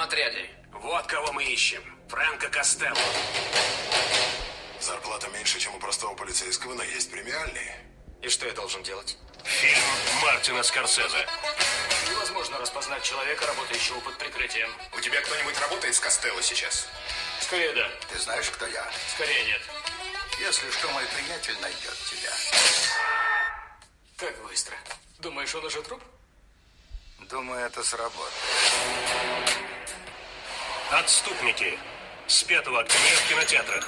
отряде. Вот кого мы ищем. Фрэнка Костелло. Зарплата меньше, чем у простого полицейского, но есть премиальные. И что я должен делать? Фильм Мартина Скорсезе. Невозможно распознать человека, работающего под прикрытием. У тебя кто-нибудь работает с Костелло сейчас? Скорее да, Ты знаешь, кто я? скорее нет. Если что, мой приятель найдет тебя. Как быстро. Думаешь, он уже труп? Думаю, это сработает. Отступники. С 5 октября в кинотеатрах.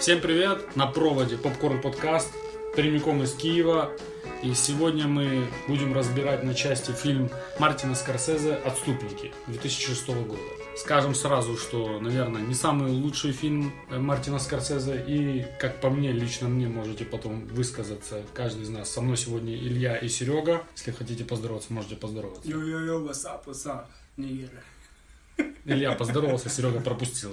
Всем привет! На проводе Попкорн Подкаст, прямиком из Киева. И сегодня мы будем разбирать на части фильм Мартина Скорсезе «Отступники» 2006 года. Скажем сразу, что, наверное, не самый лучший фильм э, Мартина Скорсезе. И, как по мне, лично мне можете потом высказаться. Каждый из нас. Со мной сегодня Илья и Серега. Если хотите поздороваться, можете поздороваться. Йо-йо-йо, what's up, what's up, нигеры? Илья поздоровался, Серега пропустил.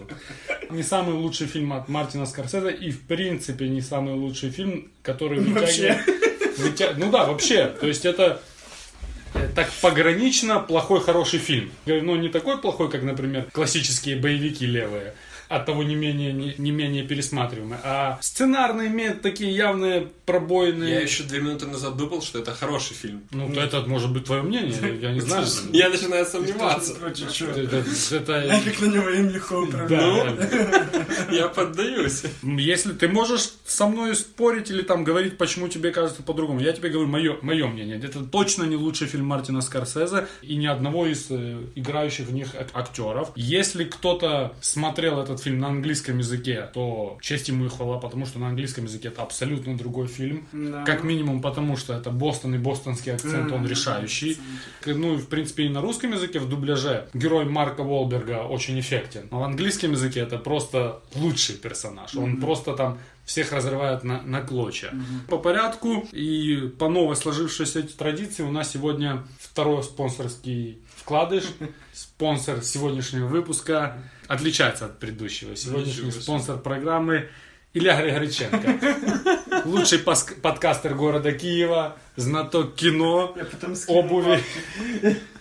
Не самый лучший фильм от Мартина Скорсезе и, в принципе, не самый лучший фильм, который вытягивает... вытя- Ну да, вообще. То есть это э, так погранично плохой хороший фильм. Но не такой плохой, как, например, классические боевики левые, от того не менее, не, не менее пересматриваемые. А сценарно имеет такие явные пробоины. Я еще две минуты назад думал, что это хороший фильм. Ну, то это может быть твое мнение, я не знаю. Я начинаю сомневаться. Короче, чё? Это- Я это- как на него им легко Ну, управляю. да. Я поддаюсь. Если ты можешь со мной спорить или там говорить, почему тебе кажется по-другому, я тебе говорю мое, мое мнение. Это точно не лучший фильм Мартина Скорсезе и ни одного из э, играющих в них ак- актеров. Если кто-то смотрел этот фильм на английском языке, то честь ему и хвала, потому что на английском языке это абсолютно другой фильм. Да. Как минимум потому, что это Бостон и бостонский акцент, он решающий. К- Ну, и, в принципе, и на русском языке в дубляже герой Марка Уолберга очень эффектен. А в английском языке это просто лучший персонаж. Он просто там всех разрывает на, на клочья. По порядку и по новой сложившейся традиции у нас сегодня второй спонсорский вкладыш. Спонсор сегодняшнего выпуска отличается от предыдущего. Сегодняшний спонсор программы Илья Григориченко. Лучший паск- подкастер города Киева, знаток кино, потом скину обуви.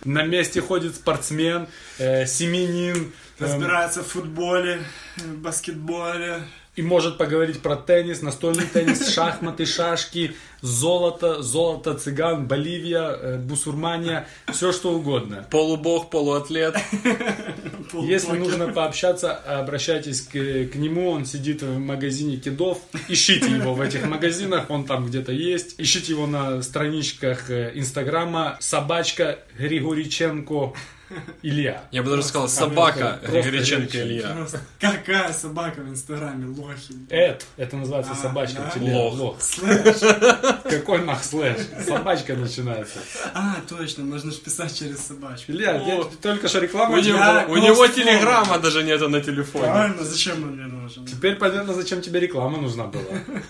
На месте ходит спортсмен, э, семенин. эм, Разбирается в футболе, в баскетболе. и может поговорить про теннис, настольный теннис, шахматы, шашки, золото, золото, цыган, Боливия, э, бусурмания, все что угодно. Полубог, полуатлет. пол- Если покер. нужно пообщаться, обращайтесь к, к нему. Он сидит в магазине кидов. Ищите его в этих магазинах, он там где-то есть. Ищите его на страничках э, Инстаграма собачка Григориченко Илья. Я бы даже сказал, собака Просто Ну, Григориченко Григориченко. Илья. Просто какая собака в инстаграме, лохи. Эд, это называется собачка. да? Тебе А, Лох. лох. Слэш. Какой нах слэш? Собачка начинается. А, точно, можно же писать через собачку. Илья, я только что реклама. У Я него, у просто него вспомнил. телеграмма даже нету на А? телефоне. Правильно, зачем он мне нужен? Теперь понятно, зачем тебе реклама нужна была.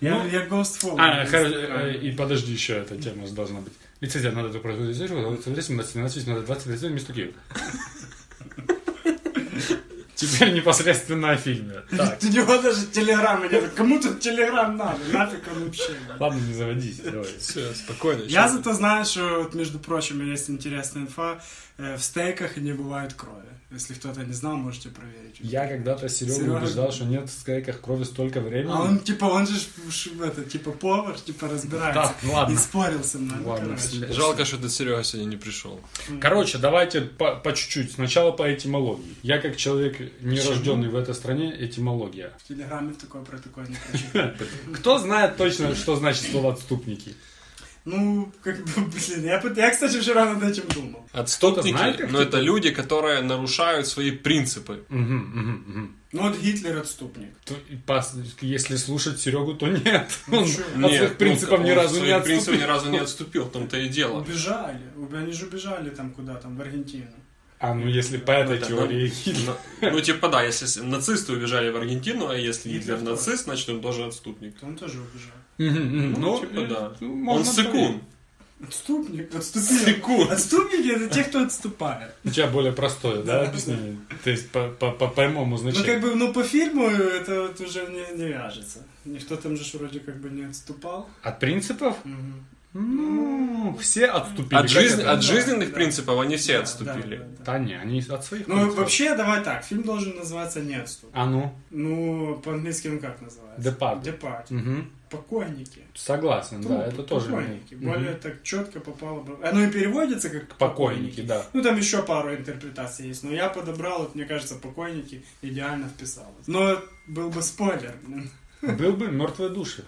Я, Ну. я Ghost Follower А, в хоро- э, Инстаграме. и подожди, еще эта тема должна быть. Лицензия надо только производить, 17, 17, надо 20, 30, вместо Киева. Теперь непосредственно о фильме. Так, У него даже телеграмма нет. Кому тут телеграм надо? Нафиг он вообще? ладно, не заводись, давай. Все, спокойно. Я щас. зато знаю, что, вот, между прочим, есть интересная инфа. Э, В стейках не бывает крови. Если кто-то не знал, можете проверить. Я когда-то Серегу Серёга. убеждал, что нет в скайках крови столько времени. А он, типа, он же, ж- ш- это, типа, повар, типа, разбирается. Да, ну ладно. И спорил со мной. Ну, Ладно, короче. сля- Жалко, что этот Серега сегодня не пришел. Короче, давайте по, по чуть-чуть. Сначала по этимологии. Я как человек, нерожденный в этой стране, этимология. В Телеграме такое про такое не прочитал. Кто знает точно, что значит слово «отступники»? Ну, как бы, блин, я, пот- я, кстати, вчера над этим думал. Кто-то знает, Отступники, как но это люди, которые нарушают свои принципы. Мгм, мгм, мгм. Ну, вот Гитлер отступник. То- и пас- Если слушать Серегу, то нет. Он чё? от своих принципов он ни разу ну, своих не принципов ни отступил. разу не отступил, в том-то и дело. Убежали. Уб- Они же убежали там куда, там, в Аргентину. А ну если по этой да, теории Гитлер- Ну, ну, типа, да, если с- нацисты убежали в Аргентину, а если Гитлер нацист, значит он тоже отступник. То он тоже убежал. Мгм, Ну, мгм. Ну, э, типа, да. ну, Он можно сыкун. Отступник, отступил. Секунд. Отступники это те, кто отступает. У тебя более простое, да, Да. объяснение? То есть по- по по прямому Ну как значению. бы, ну по фильму это вот уже не, не вяжется. Никто там же ж вроде как бы не отступал. От принципов? Мгм. Ну, все отступили. От, жизнь- Да, от жизненных да. принципов они все Да, отступили. да, да, да. Да не, они от своих. Ну, принципов. вообще, давай так, фильм должен называться «Не отступ». А ну, Ну, по-английски он как называется? Departed. Департ. мгм. Покойники. согласен, да, Ну, это тоже. Покойники. Мгм. Более так четко попало бы. Оно и переводится как Покойники, да. Ну, там еще пару интерпретаций есть, но я подобрал, вот, мне кажется, покойники идеально вписалось. Но был бы спойлер. блин. Был бы мертвые души.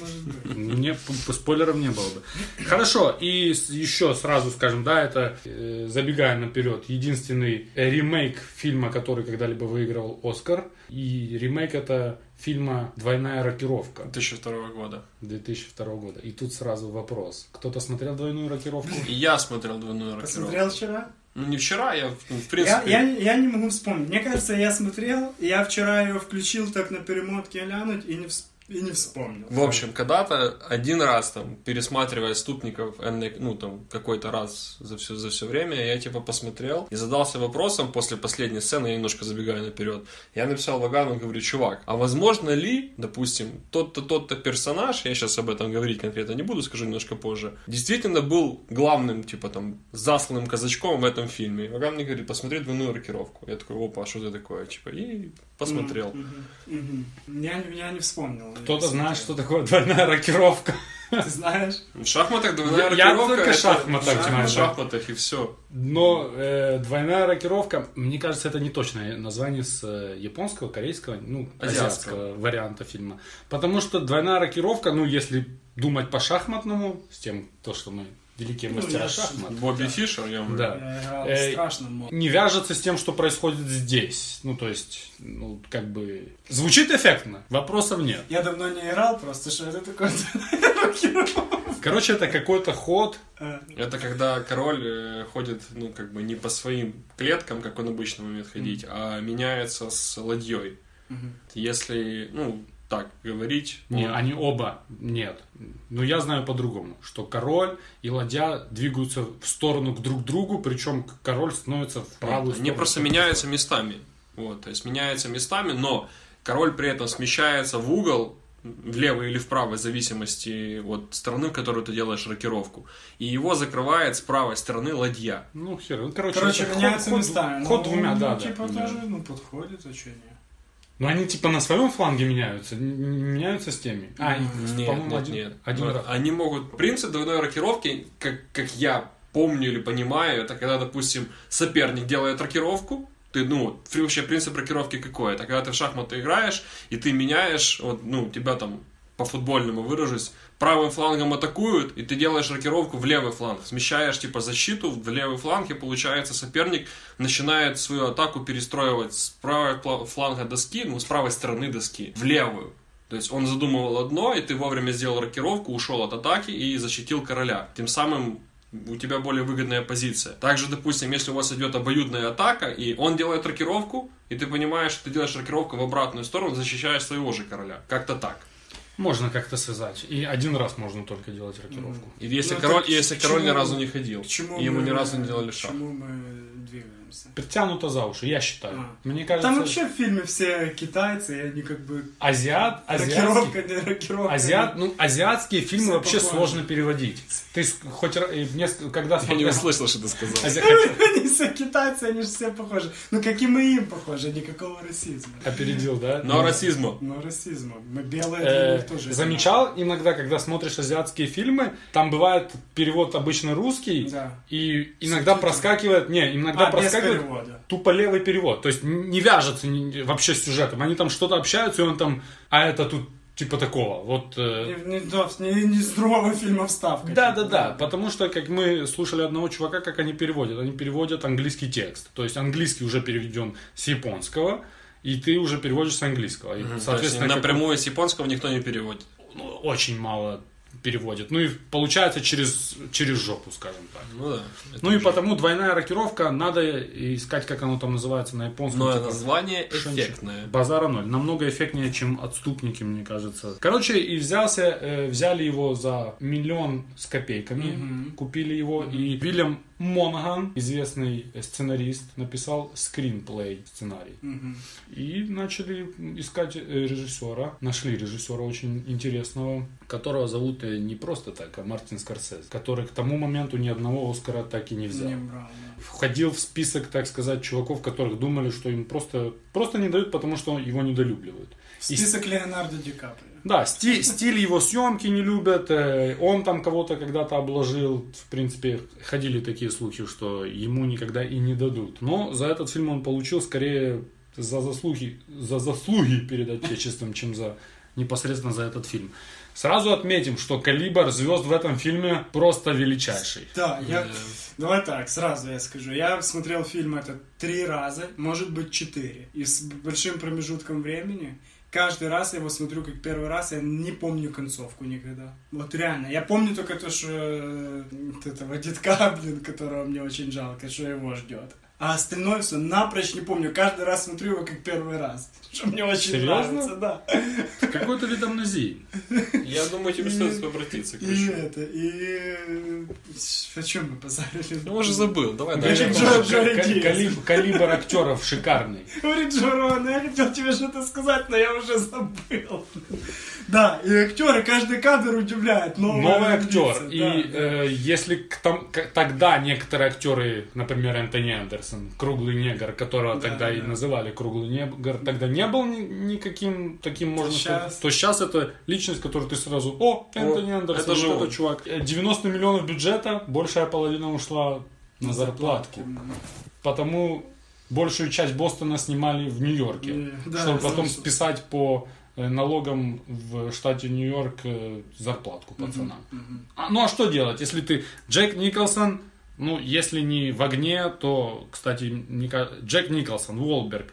Может быть. Не, п- п- спойлеров не было бы. Хорошо, и с- еще сразу скажем, да, это, э, забегая наперед, единственный э, ремейк фильма, который когда-либо выиграл Оскар. И ремейк это фильма «Двойная рокировка» 2002 года. 2002 года. И тут сразу вопрос. Кто-то смотрел «Двойную рокировку»? И я смотрел двойную рокировку. Посмотрел вчера? Ну, не вчера, я, в- ну, в Я, принципе... я, я не могу вспомнить. Мне кажется, я смотрел, и я вчера ее включил так на перемотке глянуть и не, вс- и не вспомнил. В общем, когда-то один раз там, пересматривая ступников, энное- ну там какой-то раз за все, за все время, я типа посмотрел и задался вопросом после последней сцены, я немножко забегаю наперед. Я написал Вагану, говорю, чувак, а возможно ли, допустим, тот-то, тот-то персонаж, я сейчас об этом говорить конкретно не буду, скажу немножко позже, действительно был главным, типа там, засланным казачком в этом фильме. И Ваган мне говорит, посмотри двойную рокировку. Я такой, опа, а что это такое? Типа, и посмотрел. Мгм, мгм. Я, не- я не вспомнил. Кто-то Я не знает, что смотрел. такое «Двойная рокировка». Ты знаешь? Ну, В шахматах двойная Я- я рокировка. только это шахматы шах- знаю, да. В шахматах и все. Но э, «Двойная рокировка», мне кажется, это не точное название с э, японского, корейского, ну, азиатского, Азиатского. варианта фильма. Потому что «Двойная рокировка», ну, если думать по-шахматному, с тем, то, что мы великие Ну, мастера я ж- шахмат, Бобби Фишер, я говорю. да. Я играл Э, в страшном мод. не вяжется с тем, что происходит здесь. Ну, то есть, ну, как бы... Звучит эффектно, вопросов нет. Я давно не играл, просто что это такое? Короче, это какой-то ход, Это когда король э, ходит, ну, как бы не по своим клеткам, как он обычно умеет ходить, а меняется с ладьей. Если, ну, так говорить, Не, а Ну. он- они оба нет. Но я знаю по-другому, что король и ладья двигаются в сторону к друг другу, причем король становится в правую они сторону. просто меняются местами. Вот, то есть меняются местами, но король при этом смещается в угол, влево или вправо, в зависимости от стороны, в которую ты делаешь рокировку. И его закрывает с правой стороны ладья. Ну, хер. ну, короче, Короче, это меняются ход, ход- местами. Ход Ну, двумя, ну, да, да. Типа да. тоже, ну, подходит, а что нет? Но они типа на своем фланге меняются, не не меняются с теми. А, Нет, по-моему, нет, один, нет. Ну, один Вот. раз. Они могут... Принцип двойной рокировки, как, как я помню или понимаю, это когда, допустим, соперник делает рокировку, ты, ну, фри- вообще принцип рокировки какой? Это когда ты в шахматы играешь, и ты меняешь, вот, ну, тебя там по футбольному выражусь, правым флангом атакуют, и ты делаешь рокировку в левый фланг, смещаешь типа защиту в левый фланг, и получается соперник начинает свою атаку перестроивать с правого пла- фланга доски, ну, с правой стороны доски, в левую. То есть он задумывал одно, и ты вовремя сделал рокировку, ушел от атаки и защитил короля. Тем самым у тебя более выгодная позиция. Также, допустим, если у вас идет обоюдная атака, и он делает рокировку, и ты понимаешь, что ты делаешь рокировку в обратную сторону, защищаешь своего же короля. Как-то так. Можно как-то связать. И один раз можно только делать рокировку. И если Ну, король, так и если к король ни чему- разу не ходил, К чему и ему мы- ни разу не делали к шаг. чему мы двигаемся? Притянуто за уши, я считаю. А. Мне кажется, Там вообще в фильме все китайцы, и они как бы... азиат, азиатский Рокировка, не рокировка. Азиат, ну, азиатские фильмы Все вообще похоже. сложно переводить. Ты с- хоть ра- э, несколько, когда Я не смотрел... услышал, что ты сказал. Ази- хотя- Они все китайцы, они же все похожи. Ну, как и мы им похожи, никакого расизма. Опередил, да? Ну, Ну. Но расизма. Но расизма. Мы белые для Э, них тоже. замечал иногда, когда смотришь азиатские фильмы, там бывает перевод обычно русский, Да. и иногда проскакивает, не, иногда А, без проскакивает перевода. тупо левый перевод, то есть н- не вяжется ни- вообще с сюжетом. Они там что-то общаются, и он там, а это тут типа такого. Вот э, Не, не, да, не- не здорового фильма вставка. Да, да, да. Потому что, как мы слушали одного чувака, как они переводят. Они переводят английский текст. То есть английский уже переведен с японского, и ты уже переводишь с английского. Ну, И, То есть соответственно, как бы, напрямую с японского никто не переводит. ну, очень мало переводят. Ну и получается через, через жопу, скажем так. Ну да. это Ну и уже- потому двойная рокировка, надо искать, как оно там называется на японском. Но типа- название Шенчи. эффектное. Базара ноль. Намного эффектнее, чем отступники, мне кажется. Короче, и взялся, э, взяли его за миллион с копейками, купили его, и Вильям Монаган, известный сценарист, написал скринплей сценарий. И начали искать э, режиссера. Нашли режиссера очень интересного, которого зовут э, не просто так, а Мартин Скорсезе, который к тому моменту ни одного Оскара так и не взял Не брал, да. входил в список, так сказать, чуваков, которых думали, что им просто, просто не дают, потому что его недолюбливают. И с- Список Леонардо Ди Каприо. да, стиль, стиль его съемки не любят, э, он там кого-то когда-то обложил, в принципе, ходили такие слухи, что ему никогда и не дадут. Но за этот фильм он получил скорее за заслуги, за заслуги перед Отечеством, чем за непосредственно за этот фильм. Сразу отметим, что калибр звезд в этом фильме просто величайший. Да, я... Давай так, сразу я скажу. Я смотрел фильм этот три раза, может быть четыре. И с большим промежутком времени каждый раз я его смотрю как первый раз, я не помню концовку никогда. Вот реально. Я помню только то, что э, вот этого детка, блин, которого мне очень жалко, что его ждет. А остальное все напрочь не помню. Каждый раз смотрю его как первый раз. Что мне очень Серьезно? нравится, да. Какой-то ли там назей? Я думаю, тебе стоит обратиться к И врачу. это, и... э, О чем мы позарили? Ну, уже забыл. Давай Блин, дальше. Джо- Джо Ка- Диас. калиб- Калибр актеров шикарный. Говорит Джоран, я хотел тебе что-то сказать, но я уже забыл. Да, и актеры, каждый кадр удивляет. Новые Новый лица, актер. И да. э, если к там- к- тогда некоторые актеры, например, Энтони Андерсон, круглый негр, которого Да, тогда и да. называли круглый негр, тогда не был ни- никаким таким, можно сказать. щас. То сейчас это личность, которую ты сразу, о, Энтони Андерсон, это же вот он». этот чувак. Э, 90 миллионов бюджета, большая половина ушла на зарплатку. Потому большую часть Бостона снимали в Нью-Йорке, Э, Да, чтобы я знаю, потом что- списать по э, налогам в штате Нью-Йорк э, зарплатку пацанам. А, ну а что делать, если ты Джек Николсон, ну если не в огне, то, кстати, мне ка- Джек Николсон, Уолберг,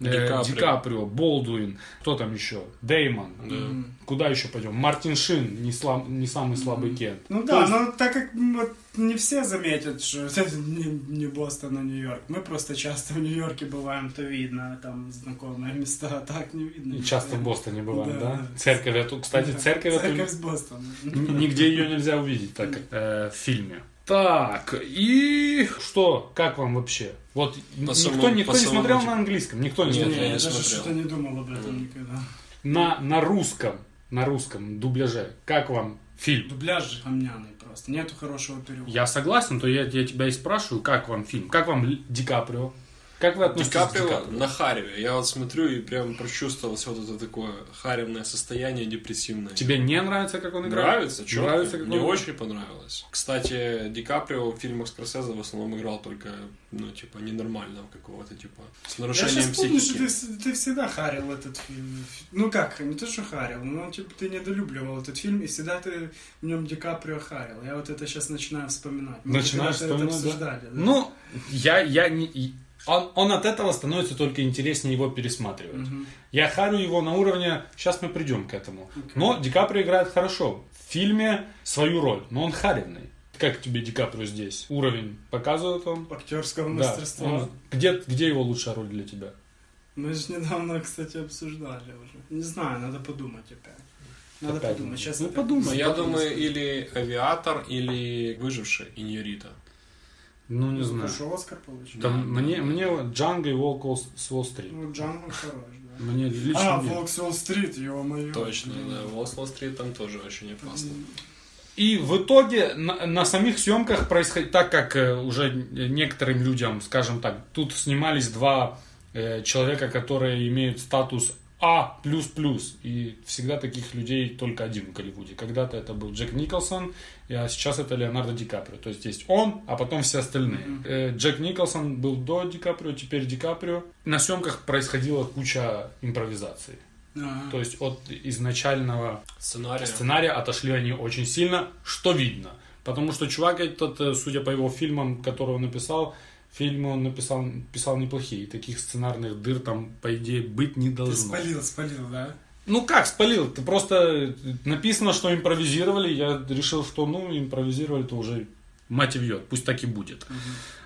э, Ди Ди, Каприо. Каприо. Болдуин, кто там еще? Деймон. Куда еще пойдем? Мартин Шин, не, слаб- не самый слабый Кен. Ну да, но так как м, вот не все заметят, что это не, не Бостон, а Нью-Йорк. Мы просто часто в Нью-Йорке бываем, то видно, там знакомые места, а так не видно. И часто в Бостоне бываем, Да, да? да. Церковь, эту, кстати, церковь, эту Церковь с Бостоном. Н- Нигде ее нельзя увидеть, так как э, в фильме. Так, и что, как вам вообще? Вот н- самому- никто, никто по не самому смотрел типу. на английском, никто не Нет, смотрел. Не, я я не даже смотрел. что-то не думал об этом никогда. На, на русском, на русском дубляже, как вам фильм? Дубляж же говняный просто, нету хорошего перевода. Я согласен, то я, я тебя и спрашиваю, как вам фильм? Как вам Л- Ди Каприо? Как вы Ди относитесь к Ди Каприо Каприо? Ну, на Хареве. Я вот смотрю и прям прочувствовался вот это такое харевное состояние депрессивное. Тебе не нравится, как он играет? Нравится, чё? Нравится, как Мне он играет? очень понравилось. Кстати, Ди Каприо в фильмах Скорсезе в основном играл только, ну, типа, ненормального какого-то, типа, с Я нарушением сейчас помню, что ты, психики. вс- ты всегда харил этот фильм. Ну как, не то, что харил, но типа ты недолюбливал этот фильм, и всегда ты в нем Ди Каприо харил. Я вот это сейчас начинаю вспоминать. Мы Начинаешь когда-то вспоминать, да? это обсуждали. да. Ну, я, я не... и- Он, он от этого становится только интереснее его пересматривать. Я харю его на уровне... Сейчас мы придем к этому. Но Ди Каприо играет хорошо. В фильме свою роль, но он харенный. Как тебе Ди Каприо здесь? Уровень показывает он? актерского Да. мастерства. Он- Где, где его лучшая роль для тебя? Мы же недавно, кстати, обсуждали уже. Не знаю, надо подумать опять. Надо Опять подумать. надо. Сейчас Ну, опять Но подумай. я думаю, или авиатор, или выживший Иньорита. Ну, не знаю. Хорошо, Оскар получил. Там мне, мне вот Джанго и Волк Уолл- с Уолл-стрит. Ну, Джанго хорош, да. Мне лично А, нет. Фокс стрит ё-моё. Точно, да. Уолл стрит там тоже очень опасно. И в итоге на, на самих съемках происходит так, как э, уже некоторым людям, скажем так, тут снимались два э, человека, которые имеют статус А++, и всегда таких людей только один в Голливуде. Когда-то это был Джек Николсон, и- а сейчас это Леонардо Ди Каприо. То есть есть он, а потом все остальные. Э, Джек Николсон был до Ди Каприо, теперь Ди Каприо. На съемках происходила куча импровизаций. Ага. То есть от изначального Сценарий. Э, сценария отошли они очень сильно, что видно. Потому что чувак этот, э, судя по его фильмам, которые он написал, фильмы он написал, писал неплохие. И таких сценарных дыр там, по идее, быть не Ты должно. спалил, спалил, да? Ну как спалил? Ты просто написано, что импровизировали. Я решил, что ну импровизировали, то уже мать и вьет. Пусть так и будет.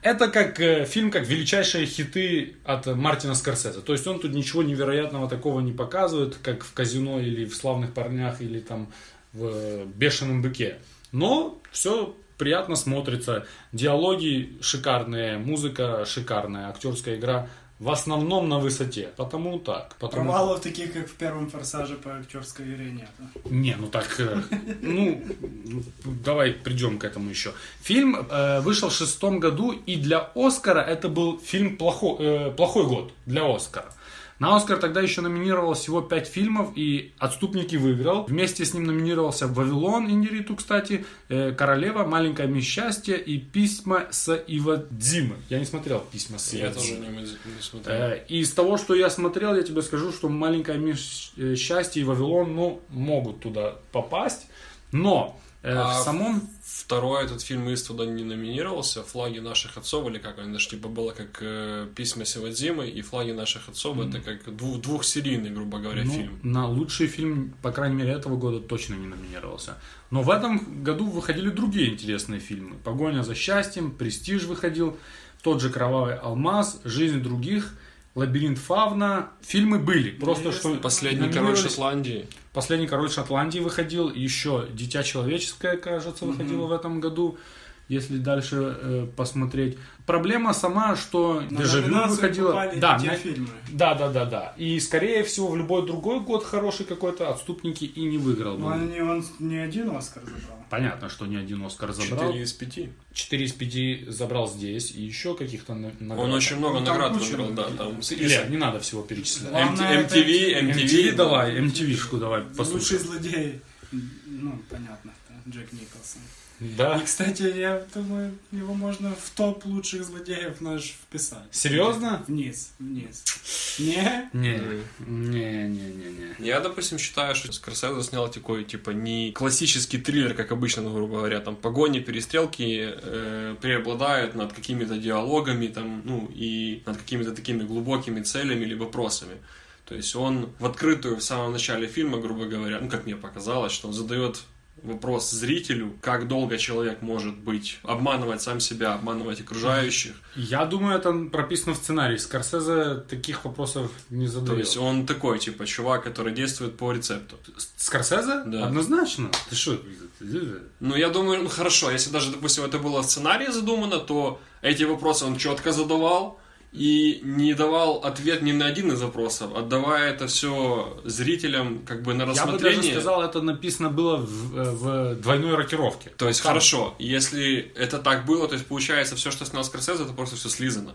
Это как э, фильм, как величайшие хиты от э, Мартина Скорсезе. То есть он тут ничего невероятного такого не показывает, как в казино или в славных парнях или там в э, бешеном быке. Но все приятно смотрится. Диалоги шикарные, музыка шикарная, актерская игра в основном на высоте. Потому так. Потому Провалов таких, как в первом «Форсаже» по актерской игре нет. не, ну так, э, ну, давай придем к этому еще. Фильм э, вышел в шестом году, и для Оскара это был фильм плохо, э, плохой год для Оскара. На Оскар тогда еще номинировалось всего пять фильмов, и «Отступники» выиграл. Вместе с ним номинировался «Вавилон» Индириту, кстати, э, «Королева», «Маленькое несчастье» и «Письма с Ивадзимы». Я не смотрел «Письма с Я Ивадзимы». тоже не, не смотрел. Э, Из того, что я смотрел, я тебе скажу, что маленькое Миш- э, счастье и Вавилон, ну, могут туда попасть, но э, А в самом Второй этот фильм Иствуда не номинировался. Флаги наших отцов или как они даже типа было как э, письма Севадзимы и флаги наших отцов это как двух двухсерийный, грубо говоря, ну, фильм. на лучший фильм, по крайней мере, этого года точно не номинировался. Но в этом году выходили другие интересные фильмы. «Погоня за счастьем», «Престиж» выходил, тот же «Кровавый алмаз», «Жизнь других», «Лабиринт Фавна». Фильмы были, просто что... Последний король номинировались- Шотландии. Последний король Шотландии выходил, еще Дитя человеческое, кажется, выходило в этом году. Если дальше э, посмотреть, проблема сама, что Ну, На Дежавю номинацию выходила, попали да, те на- фильмы. да, да, да, да. И скорее всего в любой другой год хороший какой-то отступники и не выиграл. бы. Но Ну, он, не- он не один Оскар забрал. Понятно, что ни один Оскар забрал. Четыре из пяти. 4 из 5 забрал здесь и еще каких-то на- наград. Он очень много Ну, там наград куча выиграл, да, там. с- Илья, не надо всего перечислять. Главное, MT- это MTV, MTV, давай, MTV-шку давай послушай. Лучший злодей. Ну, понятно, да, Джек Николсон. Да. И, кстати, я думаю, его можно в топ лучших злодеев наш вписать. Серьезно? Вниз, вниз. Не? Не, не, не, не, не. Я, допустим, считаю, что Скорсезе снял такой, типа, не классический триллер, как обычно, ну, грубо говоря, там погони, перестрелки э, преобладают над какими-то диалогами, там, ну, и над какими-то такими глубокими целями или вопросами. То есть он в открытую в самом начале фильма, грубо говоря, ну, как мне показалось, что он задает вопрос зрителю, как долго человек может быть, обманывать сам себя, обманывать окружающих. Я думаю, это прописано в сценарии. Скорсезе таких вопросов не То задает. есть он такой, типа, чувак, который действует по рецепту. Скорсезе? Да. Однозначно. Ты что? Ну, я думаю, ну хорошо, если даже, допустим, это было в сценарии задумано, то эти вопросы он четко задавал и не давал ответ ни на один из вопросов, отдавая это все зрителям как бы на Я бы даже рассмотрение. сказал, это написано было в, э, в двойной рокировке. То есть, Там- хорошо, если это так было, то есть, получается, все, что снял Скорсезе, это просто все слизано.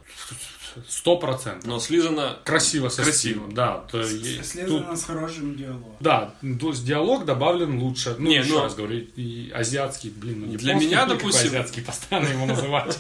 Сто процентов. Но слизано... Красиво со Красиво. стилем, Да, то е- Следовало тут- с хорошим диалогом. да, то есть диалог добавлен лучше. Ну, Не, еще ну- раз говорю, и азиатский, блин, ну, Для японский, меня, ну, какой допустим- азиатский, постоянно его называть.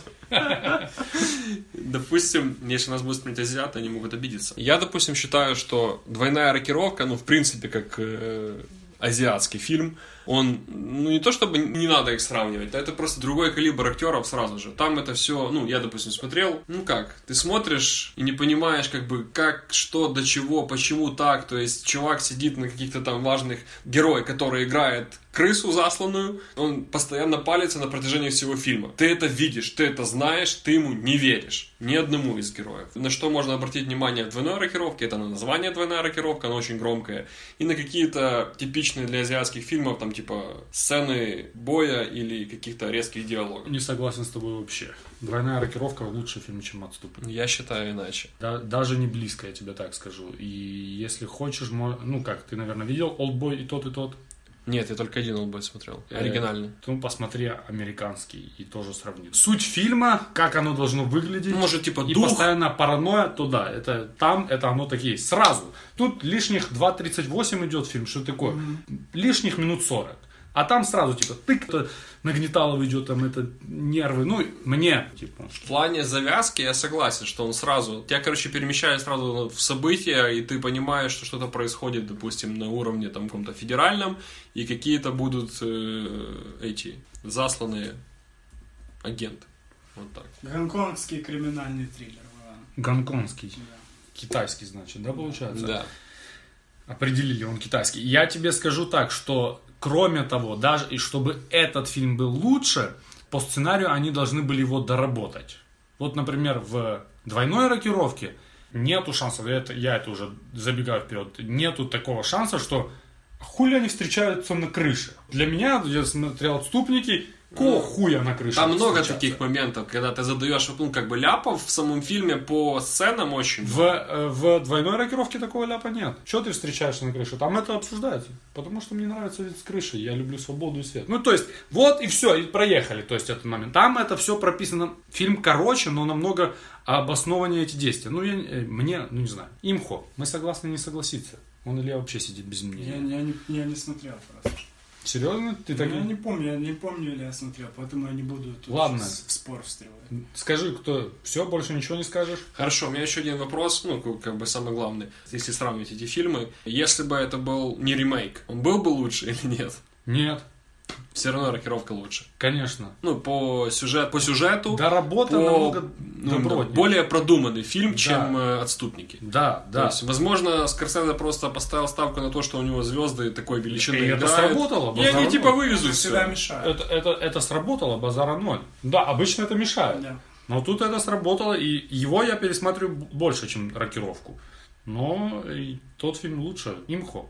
Допустим, если нас будут смотреть азиаты, они могут обидеться. Я, допустим, считаю, что двойная рокировка, ну, в принципе, как э, азиатский фильм, он, ну, не то чтобы не надо их сравнивать, да, это просто другой калибр актеров сразу же. Там это все, ну, я, допустим, смотрел, ну, как, ты смотришь и не понимаешь, как бы, как, что, до чего, почему так, то есть чувак сидит на каких-то там важных герой, который играет крысу засланную, он постоянно палится на протяжении всего фильма. Ты это видишь, ты это знаешь, ты ему не веришь. Ни одному из героев. На что можно обратить внимание в двойной рокировке, это на название двойная рокировка, оно очень громкое, и на какие-то типичные для азиатских фильмов, там типа сцены боя или каких-то резких диалогов. Не согласен с тобой вообще. Двойная рокировка лучше фильм, чем отступник. Я считаю иначе. Да- даже не близко, я тебе так скажу. И если хочешь, мо- ну как, ты, наверное, видел «Олдбой» и тот, и тот? Нет, я только один Олдбой смотрел. Э, Оригинальный. Ну, посмотри американский и тоже сравни. Суть фильма, как оно должно выглядеть. Ну, может, типа и дух. постоянно паранойя, то да, это там, это оно так и есть. Сразу. Тут лишних 2.38 идет фильм, что такое? Лишних минут 40. А там сразу, типа, тык, то нагнеталово идет, там, это нервы. Ну, мне, типа, В плане завязки я согласен, что он сразу... Тебя, короче, перемещает сразу в события, и ты понимаешь, что что-то происходит, допустим, на уровне там каком-то федеральном, и какие-то будут э, эти засланные агенты. Вот так. Гонконгский криминальный триллер. Вован. гонконгский. Да. Китайский, значит, да, получается? Да. определили, он китайский. Я тебе скажу так, что кроме того, даже и чтобы этот фильм был лучше, по сценарию они должны были его доработать. Вот, например, в двойной рокировке нету шансов, это, я это уже забегаю вперед, нету такого шанса, что хули они встречаются на крыше. Для меня, я смотрел «Отступники», какого хуя на крыше? Ну, Там много встречаться? таких моментов, когда ты задаешь, ну, как бы ляпов в самом фильме по сценам очень. В, э, в двойной рокировке такого ляпа нет. Чего ты встречаешься на крыше? Там это обсуждается. Потому что мне нравится вид с крыши. Я люблю свободу и свет. Ну, то есть, вот и все, и проехали. То есть, этот момент. Там это все прописано. Фильм короче, но намного обоснованнее эти действия. Ну, я, э, мне, ну, не знаю. Имхо. Мы согласны не согласиться. Он или вообще сидит без Я, мнения. я не, я не смотрел просто. Серьезно? Ты так... Ну, Я не помню, я не помню, или я смотрел, поэтому я не буду тут Ладно. щас в спор встревать. Скажи, кто... Все, больше ничего не скажешь? Хорошо, у меня еще один вопрос, ну, как- как бы самый главный, если сравнивать эти фильмы. Если бы это был не ремейк, он был бы лучше или нет? Нет. Все равно рокировка лучше. Конечно. Ну, по, сюжет, по сюжету, Доработан Ну, по- намного ну, добротнее. более продуманный фильм, чем э, «Отступники». Да, То да. есть, возможно, Скорсезе просто поставил ставку на то, что у него звезды такой величины И это играют, сработало, И они базарно. типа вывезут Всегда все. мешает. Это, это, это сработало, базара ноль. Да, обычно это мешает. Да. Но тут это сработало, и его я пересмотрю б- больше, чем рокировку. Но и тот фильм лучше. Имхо.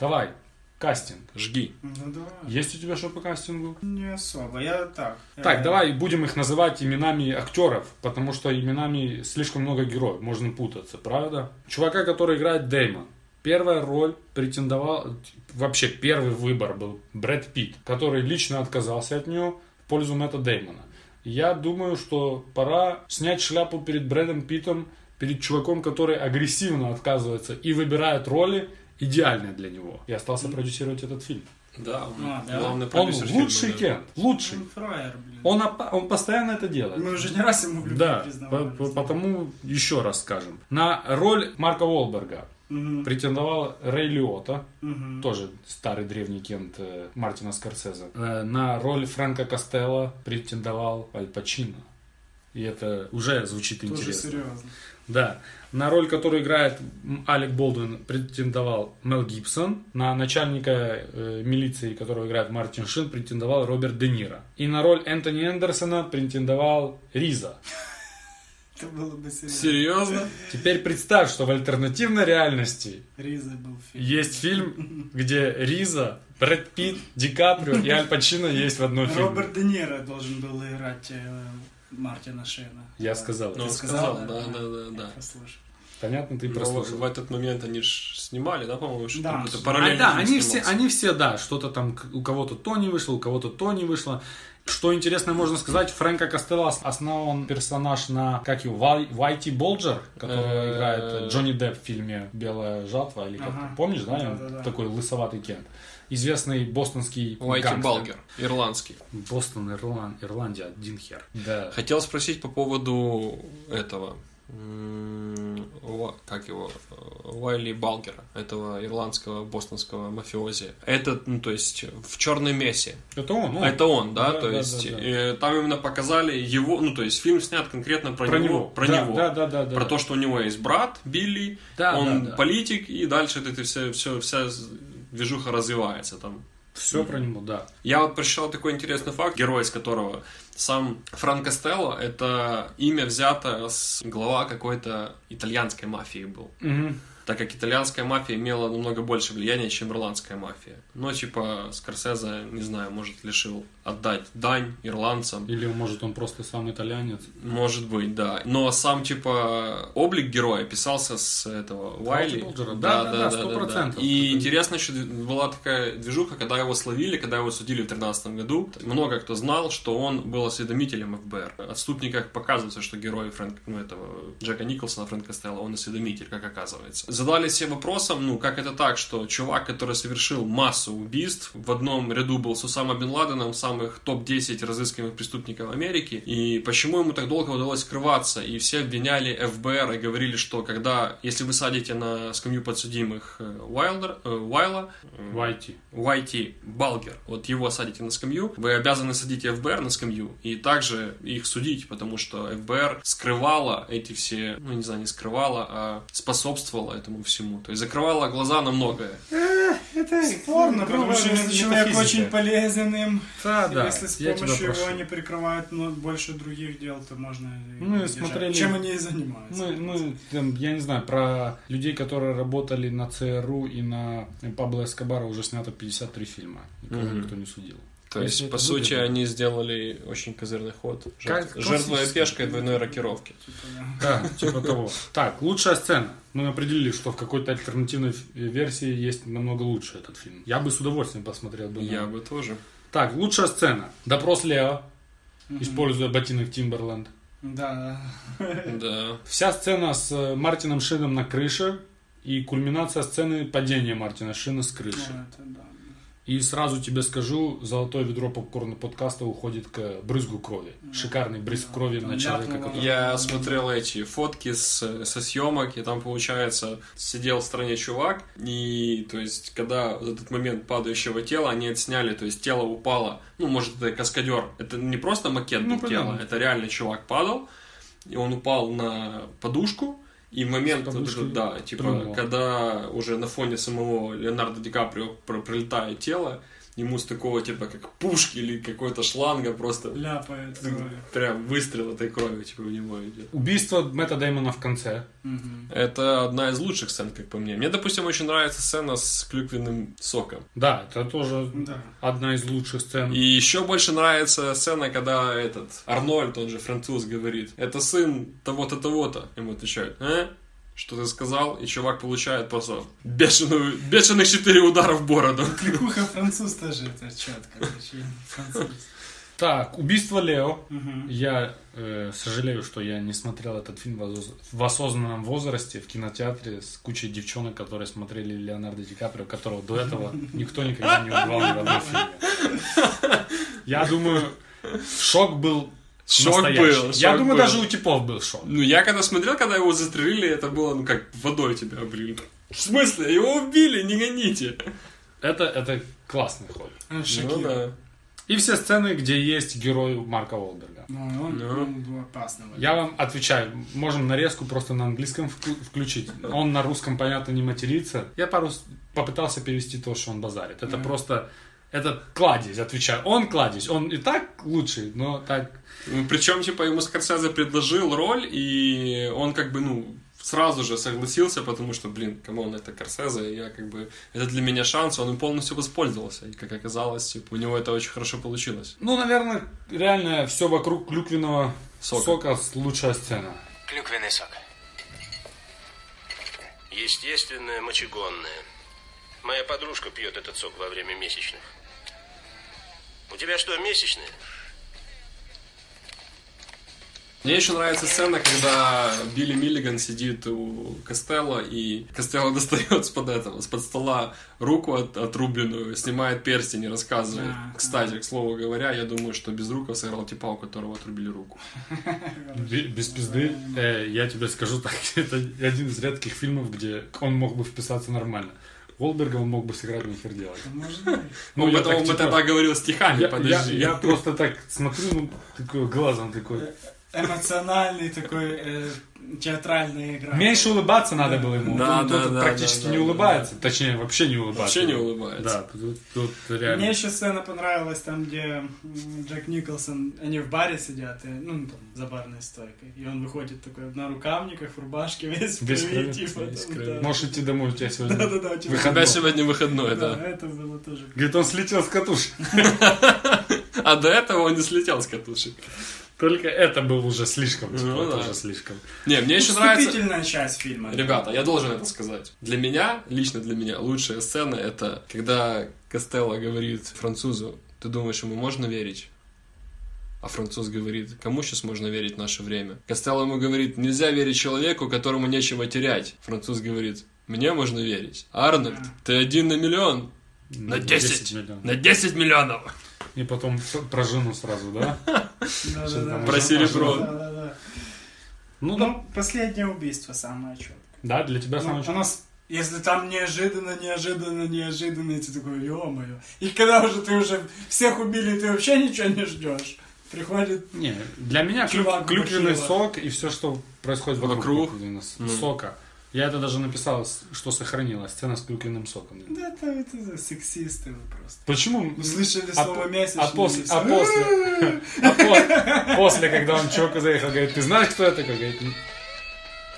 Давай, кастинг. Жги. Ну да. Есть у тебя что по кастингу? Не особо. Я так. Так, э, давай будем их называть именами актеров, потому что именами слишком много героев, можно путаться, правда? Чувака, который играет Дэймон. Первая роль претендовал, вообще первый выбор был Брэд Питт, который лично отказался от нее в пользу Мэтта Дэймона. Я думаю, что пора снять шляпу перед Брэдом Питтом, перед чуваком, который агрессивно отказывается и выбирает роли, идеальные для него. И остался продюсировать этот фильм. Да, он А, да. главный Он продюсер фильма, лучший да. Кент, лучший. Он фраер, блин. Он, опа- он постоянно это делает. Мы уже не раз ему в любви Да, по- признавались. по- потому еще раз скажем. На роль Марка Уолберга Мгм, претендовал Рэй Лиота, мгм. тоже старый древний кент э, Мартина Скорсезе. Э, На роль Фрэнка Костелла претендовал Аль Пачино. И это уже звучит Тоже интересно. серьезно. Да. На роль, которую играет м, Алек Болдуин, претендовал Мел Гибсон. На начальника э, милиции, которого играет Мартин Шин, претендовал Роберт Де Ниро. И на роль Энтони Эндерсона претендовал Риза. Это было бы серьезно. Серьезно? Теперь представь, что в альтернативной реальности Риза был фильм. есть фильм, где Риза, Брэд Питт, Ди Каприо и Аль Пачино есть в одном фильме. Роберт Де Ниро должен был играть э, Мартина Шена. Я сказал. Ну, Ты сказал, сказала? да, да, да, да. Послушай. Понятно, ты Ну, прослушал. в этот момент они ж снимали, да, по-моему, что Да. какой-то А, параллельный да, фильм они все, снимался. они все, да, что-то там к- у кого-то то не вышло, у кого-то то не вышло. Что интересно можно сказать, Фрэнка Костелла основан персонаж на, как его, Вай- Вайти Болджер, которого Э, играет э, Джонни Депп в фильме «Белая жатва», или как Ага. помнишь, да, Да-да-да. он такой лысоватый кент. Известный бостонский Уайти гангстер. Балгер, ирландский. Бостон, Ирлан- Ирландия, один хер. Да. Хотел спросить по поводу этого. м, Ва- Как его? э, Уайли Балгера, этого ирландского бостонского мафиози. Это, ну, то есть, в черной месе. Это он, он. А это он, да? да, то да, есть, да, да. э, там именно показали его, ну, то есть, фильм снят конкретно про, про него, него. Про да, него. Да, да, да, да. Про то, что у него есть брат Билли, Да, он да, да. политик, и дальше это все, все, вся движуха развивается там. Все про него, да. Я вот прочитал такой интересный факт, герой из которого сам Франк Костелло, это имя взято с глава какой-то итальянской мафии был. Мгм. Так как итальянская мафия имела намного больше влияния, чем ирландская мафия. Но типа Скорсезе, не знаю, может решил отдать дань ирландцам. Или, может, он просто сам итальянец. Может быть, да. Но сам типа облик героя писался с этого Уайли. Болджера. Да, да, да, 100%. И Такой- интересно, еще была такая движуха, когда его словили, когда его судили в 2013 году. Много кто знал, что он был осведомителем ФБР. В «Отступниках» показывается, что герой Фрэнк, ну, этого Джека Николсона, Фрэнка Стелла, он осведомитель, как оказывается. Задались все вопросом, ну, как это так, что чувак, который совершил массу убийств, в одном ряду был с Усама Бен Ладеном, самых топ-10 разыскиваемых преступников Америки, и почему ему так долго удалось скрываться, и все обвиняли ФБР и говорили, что когда, если вы садите на скамью подсудимых э, Уайлдер, э, Уайла, э, Вайти. Уайти Балгер, вот его садите на скамью, вы обязаны садить и ФБР на скамью и также их судить, потому что ФБР скрывала эти все, ну не знаю, не скрывала, а способствовала этому всему, то есть закрывала глаза на многое. Это Спорно, потому что он ну, не так очень полезен им. Да, да, Если с я тебя помощью его прошу. они прикрывают но больше других дел, то можно и Мы удержать. Ну, смотрели- Ну, Чем они и занимаются. Мы, мы, там, я не знаю, про людей, которые работали на ЦРУ и на Пабло Эскобара уже снято 53 фильма. Никого никто не судил. То есть, Если по это сути, выгодно. они сделали очень козырный ход. Жертв- Как Жертвой пешкой двойной рокировки. Да, типа того. Так, лучшая сцена. Мы определили, что в какой-то альтернативной ф- версии есть намного лучше этот фильм. Я бы с удовольствием посмотрел бы. на- Я бы тоже. Так, лучшая сцена. Допрос Лео, используя ботинок Тимберленд. Да. Да. Вся сцена с э, Мартином Шином на крыше и кульминация сцены падения Мартина Шина с Ну, крыши. это да. И сразу тебе скажу, золотое ведро попкорна подкаста уходит к брызгу крови. Шикарный брызг крови Там на человека, ляпнуло. который... Я смотрел эти фотки с- со съемок, и там, получается, сидел в стране чувак, и, то есть, когда вот этот момент падающего тела, они отсняли, то есть, тело упало, ну, может, это каскадер, это не просто макет Ну, был тела, понятно. это реально чувак падал, и он упал на подушку, и в момент, вот подушкой этот, да, типа, плюнуло. когда уже на фоне самого Леонардо Ди Каприо про- пролетает тело, ему с такого, типа, как пушки или какой-то шланга просто Ляпает. крови. прям выстрел этой крови, типа, в него идет. Убийство Мэтта Дэймона в конце. Мгм. Это одна из лучших сцен, как по мне. Мне, допустим, очень нравится сцена с клюквенным соком. Да, это тоже Да. одна из лучших сцен. И еще больше нравится сцена, когда этот Арнольд, он же француз, говорит, это сын того-то, того-то. Ему отвечают, «Э? Что ты сказал? И чувак получает просто бешеную, бешеных четыре удара в бороду. Кликуха француз тоже это четко. короче, Француз. Так, убийство Лео. Мгм. Я э, сожалею, что я не смотрел этот фильм в, оз- в осознанном возрасте в кинотеатре с кучей девчонок, которые смотрели Леонардо Ди Каприо, которого до этого никто никогда не убивал ни в одном фильме. Я думаю, шок был Шок настоящий. был, Я шок думаю, был. даже у типов был шок. Ну, я когда смотрел, когда его застрелили, это было, ну, как водой тебя облили. В смысле? Его убили, не гоните. Это, это классный ход. А, Ну, Шакира. да. И все сцены, где есть герой Марка Уолберга. Ну, он Ну. он был опасным. Я вам отвечаю, можем нарезку просто на английском вклю- включить. Он на русском, понятно, не матерится. Я пару с- попытался перевести то, что он базарит. Это просто... Это кладезь, отвечаю. Он кладезь. Он и так лучший, но так... Причем, типа, ему Скорсезе предложил роль, и он как бы, ну, сразу же согласился, потому что, блин, камон, это Корсезе, я как бы, это для меня шанс, он им полностью воспользовался, и, как оказалось, типа, у него это очень хорошо получилось. Ну, наверное, реально все вокруг клюквенного Сока. сока, с- лучшая сцена. Клюквенный сок. Естественное мочегонное. Моя подружка пьет этот сок во время месячных. У тебя что, месячные? Мне еще нравится сцена, когда Билли Миллиган сидит у Костелла, и Костелло достает с-под этого, с-под стола руку от, отрубленную, снимает перстень и рассказывает. Да. Кстати, к слову говоря, я думаю, что без рука сыграл типа, у которого отрубили руку. Бе- Без пизды, э, я тебе скажу так, это один из редких фильмов, где он мог бы вписаться нормально. Уолберга он мог бы сыграть нихер делать. Может быть. Ну, я потом так, мы типа, тогда говорил стихами, Я, подожди. я- я просто так смотрю, ну, такой глазом такой. Эмоциональный такой э, театральная игра. Меньше улыбаться надо было ему. Да, Он да, тут да, практически да, не да, улыбается. Точнее, вообще не улыбается. Вообще не улыбается. Да, тут, тут Мне реально. еще сцена понравилась, там, где м, Джек Николсон, они в баре сидят, и, ну, там, за барной стойкой. И он выходит такой в нарукавниках, в рубашке, весь в Весь крови, в крови, типа. весь в там, крови. да. Можешь идти домой, у тебя сегодня. Да-да-да, у тебя Когда выходной. сегодня выходной, Да, да. это было тоже. Говорит, он слетел с катушек. А до этого он не слетел с катушек. Только это был уже слишком. типа, Ну это да. уже слишком. Не, мне еще нравится... Вступительная часть фильма. Ребята, я должен это сказать. Для меня, лично для меня, лучшая сцена это когда Костелло говорит французу, ты думаешь, ему можно верить? А француз говорит, кому сейчас можно верить в наше время? Костелло ему говорит, нельзя верить человеку, которому нечего терять. Француз говорит, мне можно верить. Арнольд, ты один на миллион. На 10. миллионов. На 10 миллионов. И потом п- про жену сразу, да? Да-да-да. Про серебро. Да-да-да. Ну да. Ну, последнее убийство самое четкое. Да, для А тебя самое Ну, у нас, если там неожиданно, неожиданно, неожиданно, и ты такой, ё-моё. И когда уже ты уже всех убили, ты вообще ничего не ждешь. Приходит Не, для меня клю- Чувак клюквенный бахила. сок и все, что происходит вокруг, Вокруг? клюквенного с- сока. Я это даже написал, с- что сохранилась сцена с клюквенным соком. Да это, это за сексисты вы просто. Почему? Услышали А слово Э, по- месячный. А после, а после, а по- после, когда он чувака заехал, говорит, ты знаешь, кто я такой? Говорит, «Н-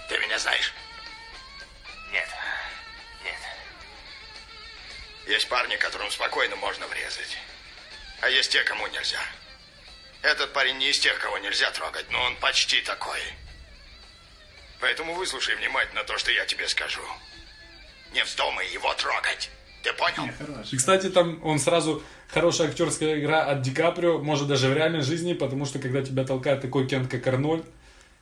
Ты меня знаешь? Нет. Нет. Есть парни, которым спокойно можно врезать. А есть те, кому нельзя. Этот парень не из тех, кого нельзя трогать, но он почти такой. Поэтому выслушай внимательно то, что я тебе скажу. Не вздумай его трогать. Ты понял? Не, хорош. И, кстати, там он сразу хорошая актерская игра от Ди Каприо, может даже в реальной жизни, потому что когда тебя толкает такой Кент, как Арнольд,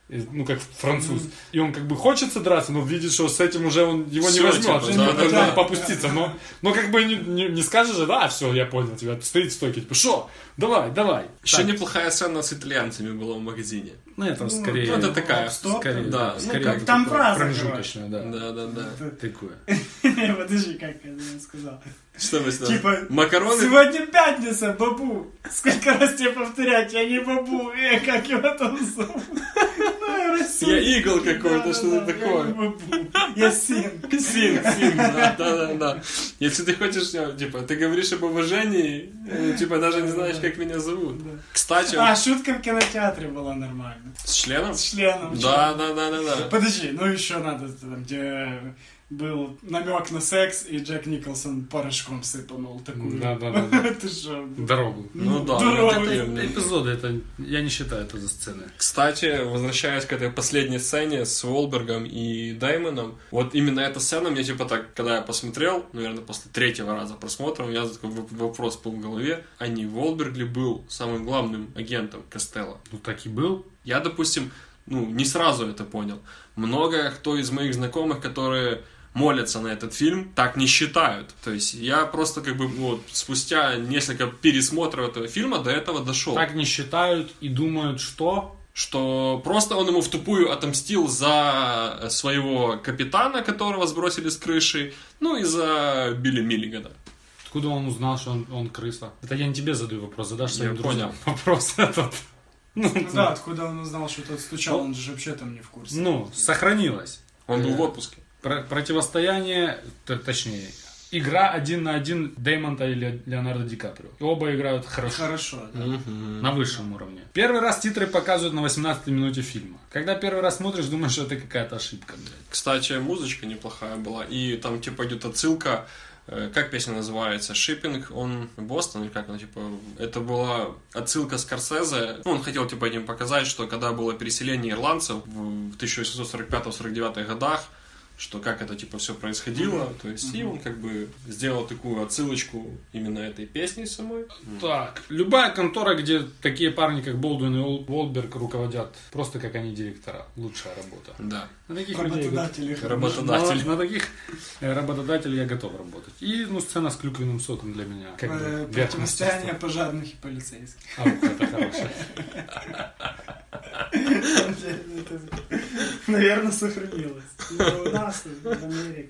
э, ну как француз, и он как бы хочется драться, но видит, что с этим уже он его не Всё, возьмет, типа, он да, ему да, надо да. попуститься, но, но как бы не, не- не скажешь же, да, все, я понял тебя, стоит в стойке, типа, шо, давай, давай. Еще Так, неплохая сцена с итальянцами была в магазине. ну это скорее, Ну, это такая. Стоп. скорее, да, ну, скорее как вот там это фраза, промежуточная, да, Да, да, да. такое. Подожди, как я сказал. Что мы с тобой? Типа, Макароны? Сегодня пятница, бабу. Сколько раз тебе повторять, я не бабу. Э, как его там зовут? Ну, Расул. Я игл Да-да-да, какой-то, что-то я не такое. бабу. Я сын. Син, син, да, да, да, да. Если ты хочешь, э, типа, ты говоришь об уважении, э, типа, даже не знаешь, как меня зовут. Кстати, А, шутка в кинотеатре была нормально. с членом? С членом. Да, да, да, да, да. Подожди, ну еще надо, там, где был намек на секс, и Джек Николсон порошком сыпанул такую. Да-да-да. Ты что? Дорогу. Ну да, Здорово. ну, такие у меня. Эпизоды, это, я не считаю это за сцены. Кстати, возвращаясь к этой последней сцене с Уолбергом и Даймоном, вот именно эта сцена мне типа так, когда я посмотрел, наверное, после третьего раза просмотра, у меня такой воп- вопрос был в голове, а не Уолберг ли был самым главным агентом Костелла? Ну так и был. Я, допустим, ну, не сразу это понял. Много кто из моих знакомых, которые молятся на этот фильм, так не считают. То есть я просто как бы вот спустя несколько пересмотров этого фильма до этого дошел. Так не считают и думают, что Что просто он ему втупую отомстил за своего капитана, которого сбросили с крыши, ну и за Билли Миллигана. Откуда он узнал, что он, он крыса? Это я не тебе задаю вопрос, задашь своим Я друзьям вопрос этот. Ну да, откуда он узнал, что тот стучал, он же вообще там не в курсе. Ну, сохранилось. Он был в отпуске. Про- противостояние, т- точнее, игра один на один Деймонта и Ле- Леонардо Ди Каприо. И оба играют хорошо. Хорошо, ну, да. На высшем уровне. Первый раз титры показывают на 18 минуте фильма. Когда первый раз смотришь, думаешь, что это какая-то ошибка, блядь. Кстати, музычка неплохая была. И там, типа, идет отсылка. э, Как песня называется? Шиппинг, он Бостон, или как она, типа, это была отсылка Скорсезе. Ну, он хотел, типа, этим показать, что когда было переселение ирландцев в 1845-49 годах, что как это, типа, все происходило. То есть, и он, как бы, сделал такую отсылочку именно этой песней самой. Так, любая контора, где такие парни, как Болдуин и Ол- Уолберг руководят, просто как они директора. Лучшая работа. Да. На таких людей бы- Работодатели. Работодатель. На, на таких э, работодателей я готов работать. И ну, сцена с клюквенным соком для меня. Как бы, Э, верх Противостояние мастерства. пожарных и полицейских. А, вот это хорошее. Наверное, сохранилось. Ну, У нас, в Америке.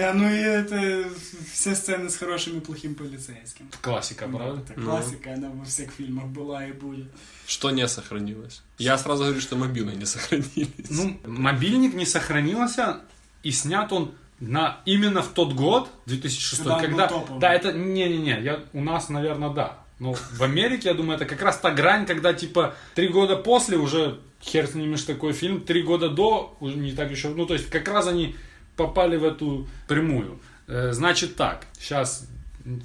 А, Ну и это все сцены с хорошим и плохим полицейским. Классика, правда? Ну. Это классика, она во всех фильмах была и будет. Что не сохранилось? Я сразу говорю, что мобилы не сохранились. Ну, мобильник не сохранился, и снят он на именно в тот год, 2006, Когда он был когда... топовым. Да, это... Не-не-не, я... у нас, наверное, да. Но в Америке, я думаю, это как раз та грань, когда, типа, три года после уже хер снимешь такой фильм, три года до уже не так еще... Ну, то есть, как раз они попали в эту прямую. Э, Значит так, сейчас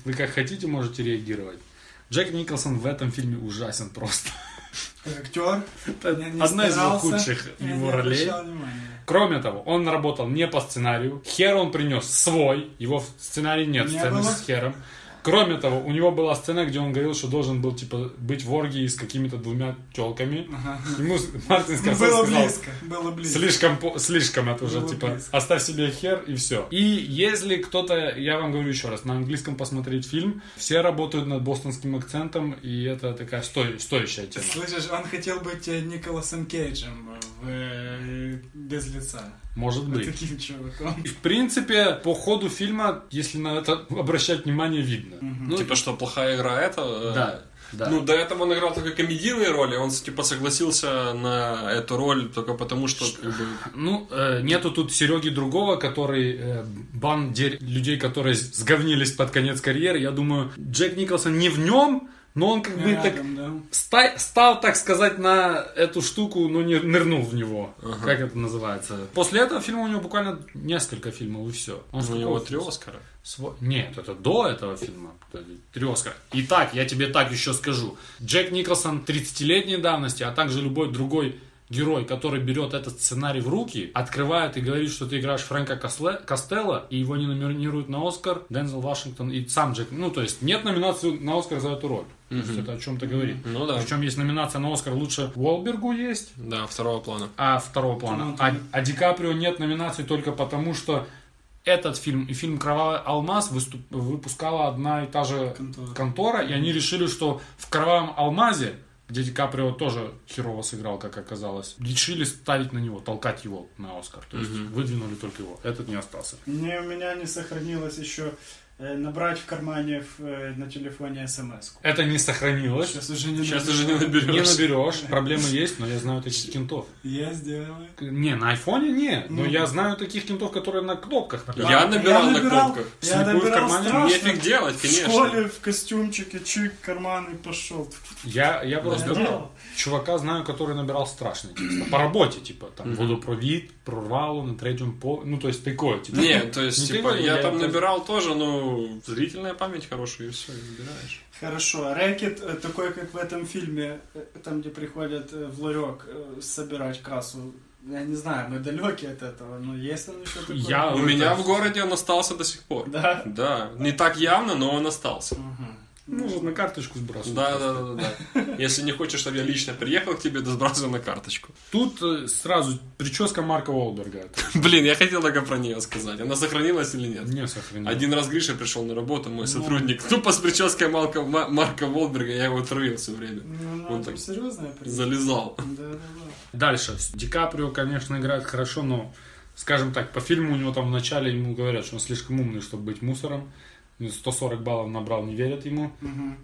вы как хотите можете реагировать. Джек Николсон в этом фильме ужасен просто. Как актер. я не одна из его старался, худших я его не ролей. обращал внимания. Кроме того, он работал не по сценарию. Хер он принес свой. Его в сценарии нет Не сцены было. с Хером. Кроме того, у него была сцена, где он говорил, что должен был типа быть в оргии с какими-то двумя телками. Ему с- Мартин Скорсезе сказал, Было близко, было близко. слишком, по- слишком это уже Было типа близко. оставь себе хер и все. И если кто-то, я вам говорю еще раз, на английском посмотреть фильм, все работают над бостонским акцентом и это такая сто- стоящая тема. Слышишь, он хотел быть э, Николасом Кейджем в, э, без лица. Может Вот быть. Таким чуваком. В принципе, по ходу фильма, если на это обращать внимание, видно. Ну, Типа, что плохая игра это? э, да, да. Ну, до этого он играл только комедийные роли, он, типа, согласился на эту роль только потому, что, как бы, Ну, э, нету тут Сереги другого, который э, бан дерь- людей, которые с- сговнились под конец карьеры. Я думаю, Джек Николсон не в нем, Но он как бы так Рядом, да. ста- стал, так сказать, на эту штуку, но не нырнул в него. Как это называется? После этого фильма у него буквально несколько фильмов и все. Он с Ну, У него какого три фильма? Оскара. Сво- Нет, это до этого фильма. Три Оскара. Итак, я тебе так еще скажу. Джек Николсон 30-летней давности, а также любой другой герой, который берет этот сценарий в руки, открывает и говорит, что ты играешь Фрэнка Косле- Костелло, и его не номинируют на Оскар, Дензел Вашингтон и сам Джек. Ну, то есть, нет номинации на Оскар за эту роль. То есть, это о чем-то говорит. Ну да. Причем есть номинация на Оскар лучше Уолбергу есть, Да, второго плана. а второго плана. А, а Ди Каприо нет номинации только потому, что этот фильм и фильм «Кровавый алмаз» выступ- выпускала одна и та же контора. Контора. и они решили, что в «Кровавом алмазе», где Ди Каприо тоже херово сыграл, как оказалось, решили ставить на него, толкать его на «Оскар». То есть выдвинули только его. Этот не остался. Мне у меня не сохранилось еще э, набрать в кармане в, э, на телефоне смс -ку. Это не сохранилось. Сейчас уже не Сейчас наберу. уже не Не наберешь. наберешь, проблемы есть, но я знаю таких кентов. Я сделаю. Не, на айфоне не, но я знаю таких кентов, которые на кнопках. например. Я набирал на кнопках. Я Слепую в набирал кармане? страшно. Нефиг делать, В конечно. школе в костюмчике, чик, карман и пошел. Я, я просто Да. чувака знаю, который набирал страшные тексты. По работе, типа, там, водопровід, прорвало на третьем поле. Ну, то есть, такое, типа. Не, то есть, Не типа, требовали, я там это- набирал тоже, но зрительная память хорошая, и все, и набираешь. Хорошо. Рэкет э, такой, как в этом фильме, э, там, где приходят э, в ларек э, собирать кассу. Я не знаю, мы далеки от этого, но есть он еще такой? Я- А У вот меня так. в городе он остался до сих пор. Да? Да, не так явно, но он остался. Ну, вот на карточку сбрасываю. Да, да, да, да, да. Если не хочешь, чтобы я лично приехал к тебе, то сбрасывай на карточку. Тут э, сразу прическа Марка Уолберга. Блин, я хотел только про нее сказать. Она сохранилась или нет? Не сохранил. Один раз Гриша пришел на работу, мой сотрудник. Ну, Тупо с прической Малка- Ма- Марка Волберга, я его травил все время. Ну, ну, Он там так серьезная причина. залезал. Да, да, да. Дальше. Ди Каприо, конечно, играет хорошо, но, скажем так, по фильму у него там вначале ему говорят, что он слишком умный, чтобы быть мусором. 140 баллов набрал, не верят ему.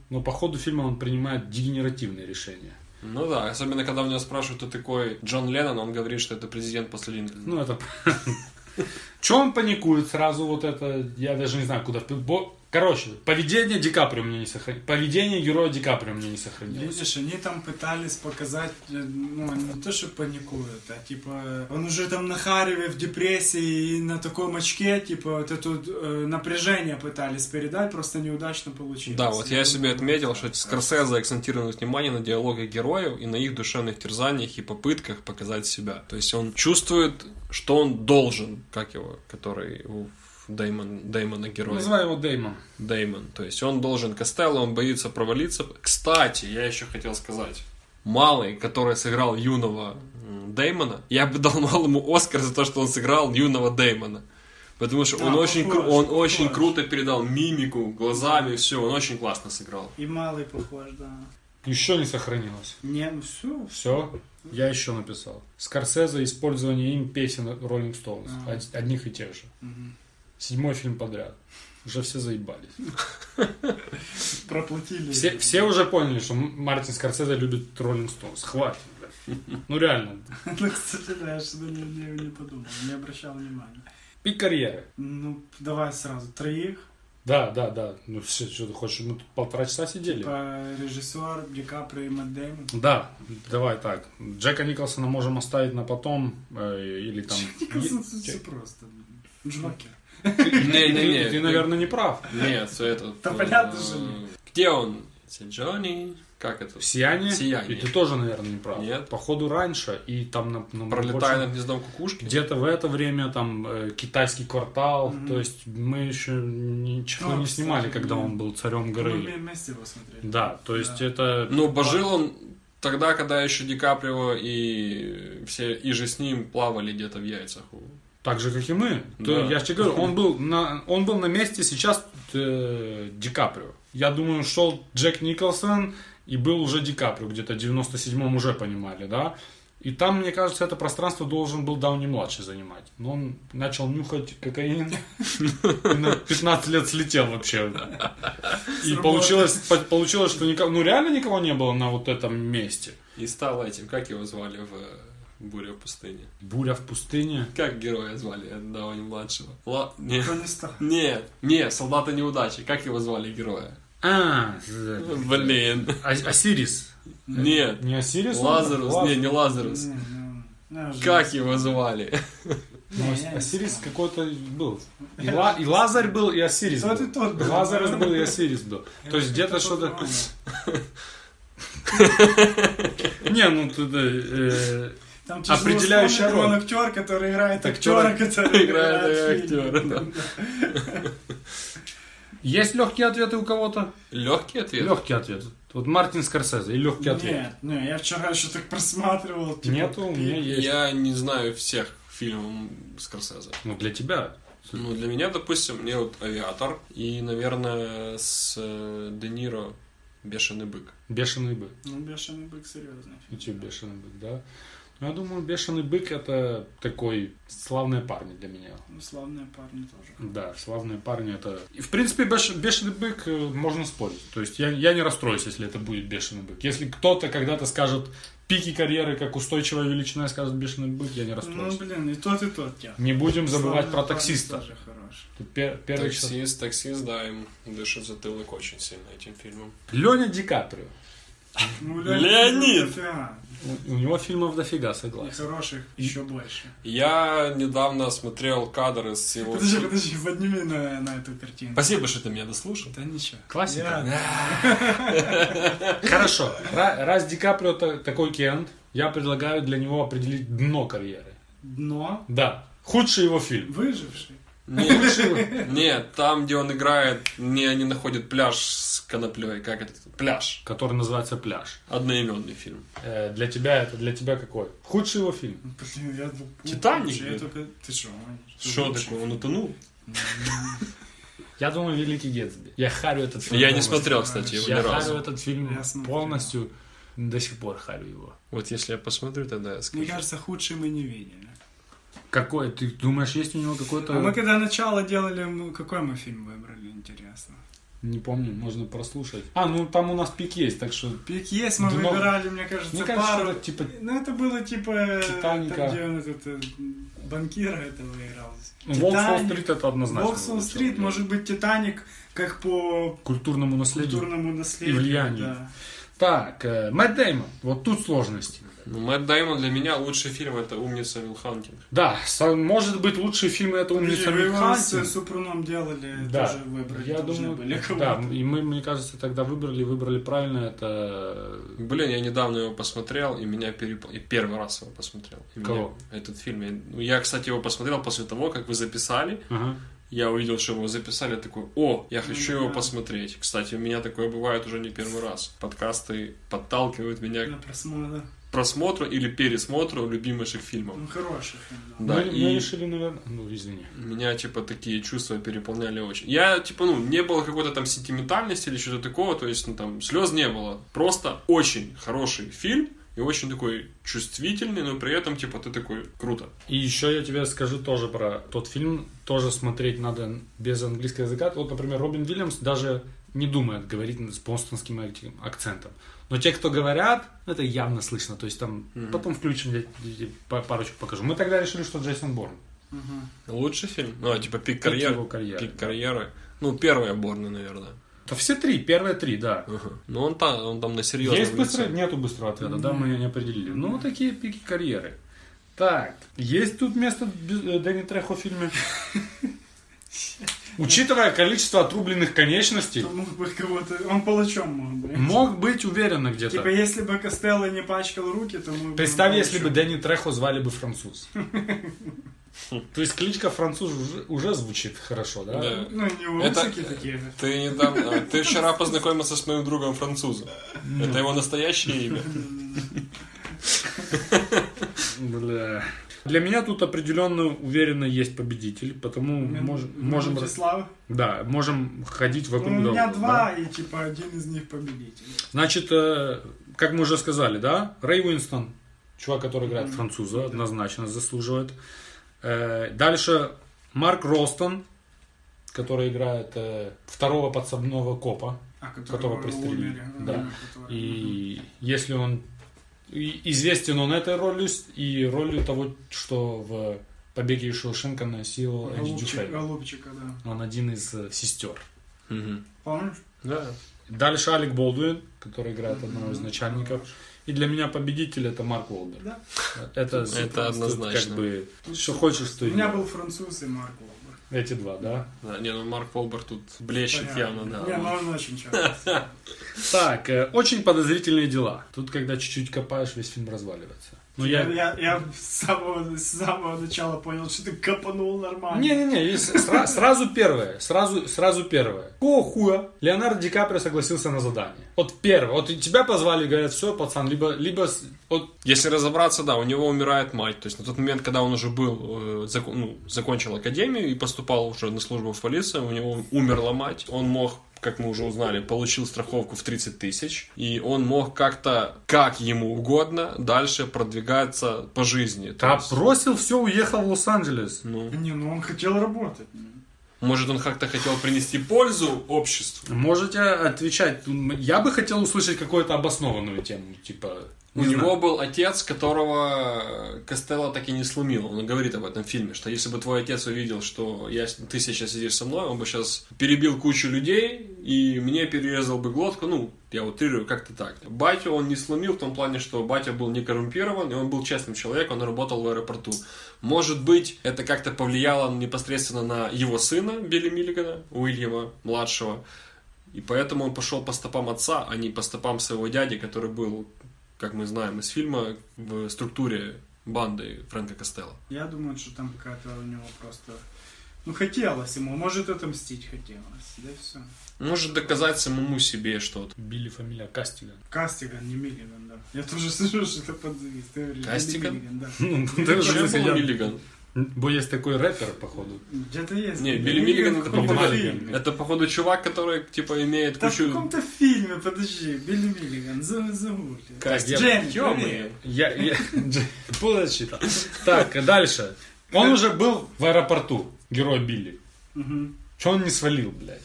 Но по ходу фильма он принимает дегенеративные решения. Ну да, особенно когда у него спрашивают, кто такой Джон Леннон, он говорит, что это президент после Линкольна. Ну, это... Че он паникует сразу вот это? Я даже не знаю, куда... впи- Бо- Короче, поведение Ди Каприо мне не сохранилось. Поведение героя Ди Каприо мне не сохранилось. Видишь, они там пытались показать, э, ну, не то, что паникуют, а типа, он уже там на Хареве в депрессии и на таком очке, типа, вот это э, напряжение пытались передать, просто неудачно получилось. Да, вот я себе отметил, что Скорсезе акцентирует внимание на диалоге героев и на их душевных терзаниях и попытках показать себя. То есть он чувствует, что он должен, как его, который у Дэймон, Дэймона героя. Называй его Деймон. Деймон. То есть он должен Костелло, он боится провалиться. Кстати, я еще хотел сказать. Малый, который сыграл юного м, Деймона, я бы дал малому Оскар за то, что он сыграл юного Деймона. Потому что он, А, Да, очень, кру- похож, он похож. очень круто передал мимику, глазами, все, он очень классно сыграл. И малый похож, да. Еще не сохранилось. Не, ну все. Все, я еще написал. Скорсезе использование им песен Rolling Stones. Од- Одних и тех же. Седьмой фильм подряд. Уже все заебались. Проплатили. Все, все уже поняли, что М- Мартин Скорсезе любит Rolling Stones. Хватит, блядь. Ну реально. Ну, кстати, да, я что-то не, не- не подумал, не обращал внимания. Пик карьеры. Ну, давай сразу троих. Да, да, да. Ну, все, что ты хочешь, мы тут полтора часа сидели. Типа режиссер, Ди Каприо и Мэтт Дэймон. Да, давай так. Джека Николсона можем оставить на потом, э, или там... Николсон, все ну, просто. Джокер. Не-не-не. Ты, ты, наверное, не прав. Нет, всё это... Да э, понятно же мне. Где он? Джонни? Как это? В «Сиянии», и «Сиянии». ты тоже, наверное, не прав. Нет. Походу, раньше, и там... На, на- Пролетая больше- над гнездом кукушки. Где-то в это время там э, китайский квартал, то есть мы еще ничего Ну, не кстати, снимали, когда да. он был царем Мы горы. вместе его смотрели. Да, то есть это Ну, божил он тогда, когда еще Ди Каприо и все и же с ним плавали где-то в яйцах. у- так же, как и мы. То Да. я же тебе говорю, он был на, он был на месте сейчас э, Ди Каприо. Я думаю, шел Джек Николсон и был уже Ди Каприо, где-то в 97-м уже понимали, да? И там, мне кажется, это пространство должен был Дауни-младший занимать. Но он начал нюхать кокаин и на 15 лет слетел вообще. И получилось, по- получилось, что никого, ну реально никого не было на вот этом месте. И стал этим, как его звали в э, «Буре в пустыне». Буря в пустыне. Как героя звали Дауни младшего? Ла... Нет. Тони Старк. Нет, не, солдата неудачи. Как его звали героя? А, з- Блин. А- Осирис. Нет. Не Осирис? он? Лазарус. Лаз- Не, не Лазарус. Ну, Как его звали? Ну, я не Осирис какой-то был. Ну, И, Ла- и Лазарь был, и Осирис Тот был. Ну, и тот был. Лазарус был, и Осирис был. То есть где-то что-то... Не, ну ты... да, э, Там тяжело Определяющая вспомнить, роль. Он актер, который играет Актера, актера, который играет Играет актера. фильм. да. Есть легкие ответы у кого-то? Легкий ответ. Легкий ответ. Вот Мартин Скорсезе и легкий ответ. Нет, нет, я вчера еще так просматривал. типа, Нету, у меня есть. Я не знаю всех фильмов Скорсезе. Ну, для тебя. Ну, для меня, допустим, мне вот «Авиатор» и, наверное, с э, Де Ниро «Бешеный бык». Бешеный бык. Ну, бешеный бык, серьезный. И чё, бешеный бык, да? Ну, я думаю, бешеный бык это такой славные парни для меня. Ну, славные парни тоже. Да, славные парни это... И, в принципе, «Беш- бешеный бык э, можно спорить. То есть я, я не расстроюсь, если это будет бешеный бык. Если кто-то когда-то скажет пики карьеры, как устойчивая величина, скажет бешеный бык, я не расстроюсь. Ну, блин, и тот, и тот я. Не будем забывать Славные про парни таксиста. Тоже хорош. Тут пер- первый часов. Таксист, таксист, да, им дышит затылок очень сильно этим фильмом. Леня Ди Каприо. Ну, Леонид! Да, У, у него фильмов дофига, и согласен. хороших еще больше. Я недавно смотрел кадры с его... Подожди, подожди, подними на, на эту картину. Спасибо, что ты меня дослушал. Да ничего. Классика. Я- Хорошо. Ра- Раз Ди Каприо та- такой кент, я предлагаю для него определить дно карьеры. Дно. Да. Худший его фильм. Выживший. Нет, нет, там, где он играет, не они находят пляж с коноплей. Как это? Пляж. Который называется «Пляж». Одноименный фильм. Э, для тебя это для тебя какой? Худший его фильм. Блин, Ну, я тут путаюсь, Титаник, Я блин. только... Ты что, Что такое? Он утонул? Я думаю, «Великий Гетсби». Я харю этот фильм. Я не полностью. смотрел, кстати, его ни Я харю разу. этот фильм Я смотрел. полностью. До сих пор харю его. Вот если я посмотрю, тогда я Мне скажу. кажется, худший мы не видели. Какой? Ты думаешь, есть у него какой-то... А мы когда начало делали, мы- какой мы фильм выбрали, интересно? Не помню, можно прослушать. А, ну там у нас пик есть, так что... Пик есть, мы Дно. выбирали, мне кажется, Мне кажется, пару. это типа- Ну, это было типа... Титаника. Там, где он этот э, банкира этого играл. Ну, Волкс-Стрит это однозначно. Волксволл Стрит, может быть, Титаник, как по Культурному наследию. культурному наследию. И влиянию. да. Так, э, Мэтт Дэймон. Вот тут сложности. Ну, Мэтт Даймон для меня лучший фильм это «Умница Вилхантинг». Да, со- может быть лучшие фильмы это Подожди, умница вы Мюнхгаузен». его с Супруном делали, тоже выбрали. я должны думаю, были да, кого-то. и мы, мне кажется, тогда выбрали, выбрали правильно, это... Блин, я недавно его посмотрел, и меня перепал... И первый раз его посмотрел. И меня Кого? Этот фильм. Я... ну, я, кстати, его посмотрел после того, как вы записали. Ага. Я увидел, что его записали, я такой, о, я хочу Ну, его да. посмотреть. Кстати, у меня такое бывает уже не первый раз. Подкасты подталкивают меня На к просмотр. просмотру или пересмотру любимейших фильмов. Ну, хороший фильм. да. Да, мы, и мы решили, наверное... Ну, извини. меня, типа, такие чувства переполняли очень. Я, типа, ну, не было какой-то там сентиментальности или что-то такого, то есть, ну, там, слез не было. Просто очень хороший фильм и очень такой чувствительный, но при этом, типа, ты такой, круто. И еще я тебе скажу тоже про тот фильм. Тоже смотреть надо без английского языка. Вот, например, Робин Вильямс даже не думает говорить с бостонским этим акцентом. Но те, кто говорят, это явно слышно. То есть там потом включим, я, я па- парочку покажу. Мы тогда решили, что Джейсон Борн. Лучший фильм? Ну, типа, пик его карьеры, Пик карьеры. Ну, первые Борны, наверное. Да все три, первые три, да. Ну, он там, он там на серьезном Есть лице. быстрый, нету быстрого ответа, да, мы ее не определили. Ну, вот такие пики карьеры. Так, есть тут место без- э, Дэнни Трехо в фильме? Учитывая количество отрубленных конечностей, Там мог бы кого-то... Он палачом мог бы. Ну, мог быть уверенно Типа, где-то. если бы Костелло не пачкал руки, то мы бы Представь, он если бы палачом. Дэнни Трехо звали бы француз. То есть кличка француз уже, уже звучит хорошо, да? Да. Ну, не него Это- мужики такие же. Ты недавно, а, ты вчера познакомился с моим другом французом. Это его настоящее имя. Бля. Для меня тут определенно уверенно есть победитель, потому мож- можем, Вячеслав. да, можем ходить Ну, вокруг у да меня около, да? два, и типа один из них победитель. Значит, э, как мы уже сказали, да, Рэй Уинстон, чувак, который играет француза, однозначно заслуживает. Э, Дальше Марк Ростон, который играет э, второго подсобного копа, А, которого пристрелили. умер, Да. умер, который- И если он и- известен он этой ролью с- и ролью того, что в «Побеге из Шоушенка» насиловал Эдди Голубчик- Дюфрей. Голубчика, да. Он один из э, сестер. Помнишь? Да. Дальше Алек Болдуин, который играет одного из начальников. И для меня победитель это Марк Уолберг. Да. Это, это однозначно. Как бы, что хочешь, что У и меня делай. был француз и Марк Уолберг. Эти два, да? Да, Не, ну Марк Волбер тут блещет Понятно. явно, да. Не, ну он очень часто. Так, э, очень подозрительные дела. Тут, когда чуть-чуть копаешь, весь фильм разваливается. Ну, Я, я... я, я с, самого, с самого начала понял, что ты капанул нормально. Не-не-не, есть сра- сразу первое, сразу, сразу первое. Какого хуя Леонардо Ди Каприо согласился на задание? Вот первое, вот и тебя позвали, и говорят, все, пацан, либо, либо, с- вот Если разобраться, да, у него умирает мать. То есть на тот момент, когда он уже был, э, зако- ну, закончил академию и поступал уже на службу в полицию, у него умерла мать. Он мог как мы уже узнали, получил страховку в 30 тысяч, и он мог как-то, как ему угодно, дальше продвигаться по жизни. То а есть, бросил все, уехал в Лос-Анджелес. ну, Не, ну он хотел работать. может, он как-то хотел принести пользу обществу. Можете отвечать. Я бы хотел услышать какую-то обоснованную тему, типа... У не него был отец, которого э, Костелло так и не сломил. Он говорит об этом в фильме, что если бы твой отец увидел, что я, ты сейчас сидишь со мной, он бы сейчас перебил кучу людей и мне перерезал бы глотку. Ну, я утрирую как-то так. Батю он не сломил в том плане, что батя был не коррумпирован, и он был честным человеком, он работал в аэропорту. Может быть, это как-то повлияло непосредственно на его сына Билли Миллигана, Уильяма, младшего. И поэтому он пошел по стопам отца, а не по стопам своего дяди, который был, как мы знаем из фильма, в структуре банды Фрэнка Костелла. Я думаю, что там какая-то у него просто... Ну, хотелось ему, может, отомстить хотелось. Да и все. Может доказать самому себе что-то. Билли фамилия Кастиган. Кастиган, не Миллиган, да. Я тоже слышу, что это подвис. Ты говоришь, да, не Кастиган? Миллиган, да. Ну, Чем ты же был я- Миллиган? Бо есть такой рэпер, походу. Где-то есть. Не, Билли Миллиган это в каком-то походу, попадает. фильме. Миллиган. это походу чувак, который типа имеет Да в кучу... каком-то фильме, подожди, Билли Миллиган, за- забудь. Кастинг. Дженни, Ё-моё. Я, я... Ползащита. Так, дальше. Он уже был в аэропорту, герой Билли. Мгм. Че он не свалил, блядь?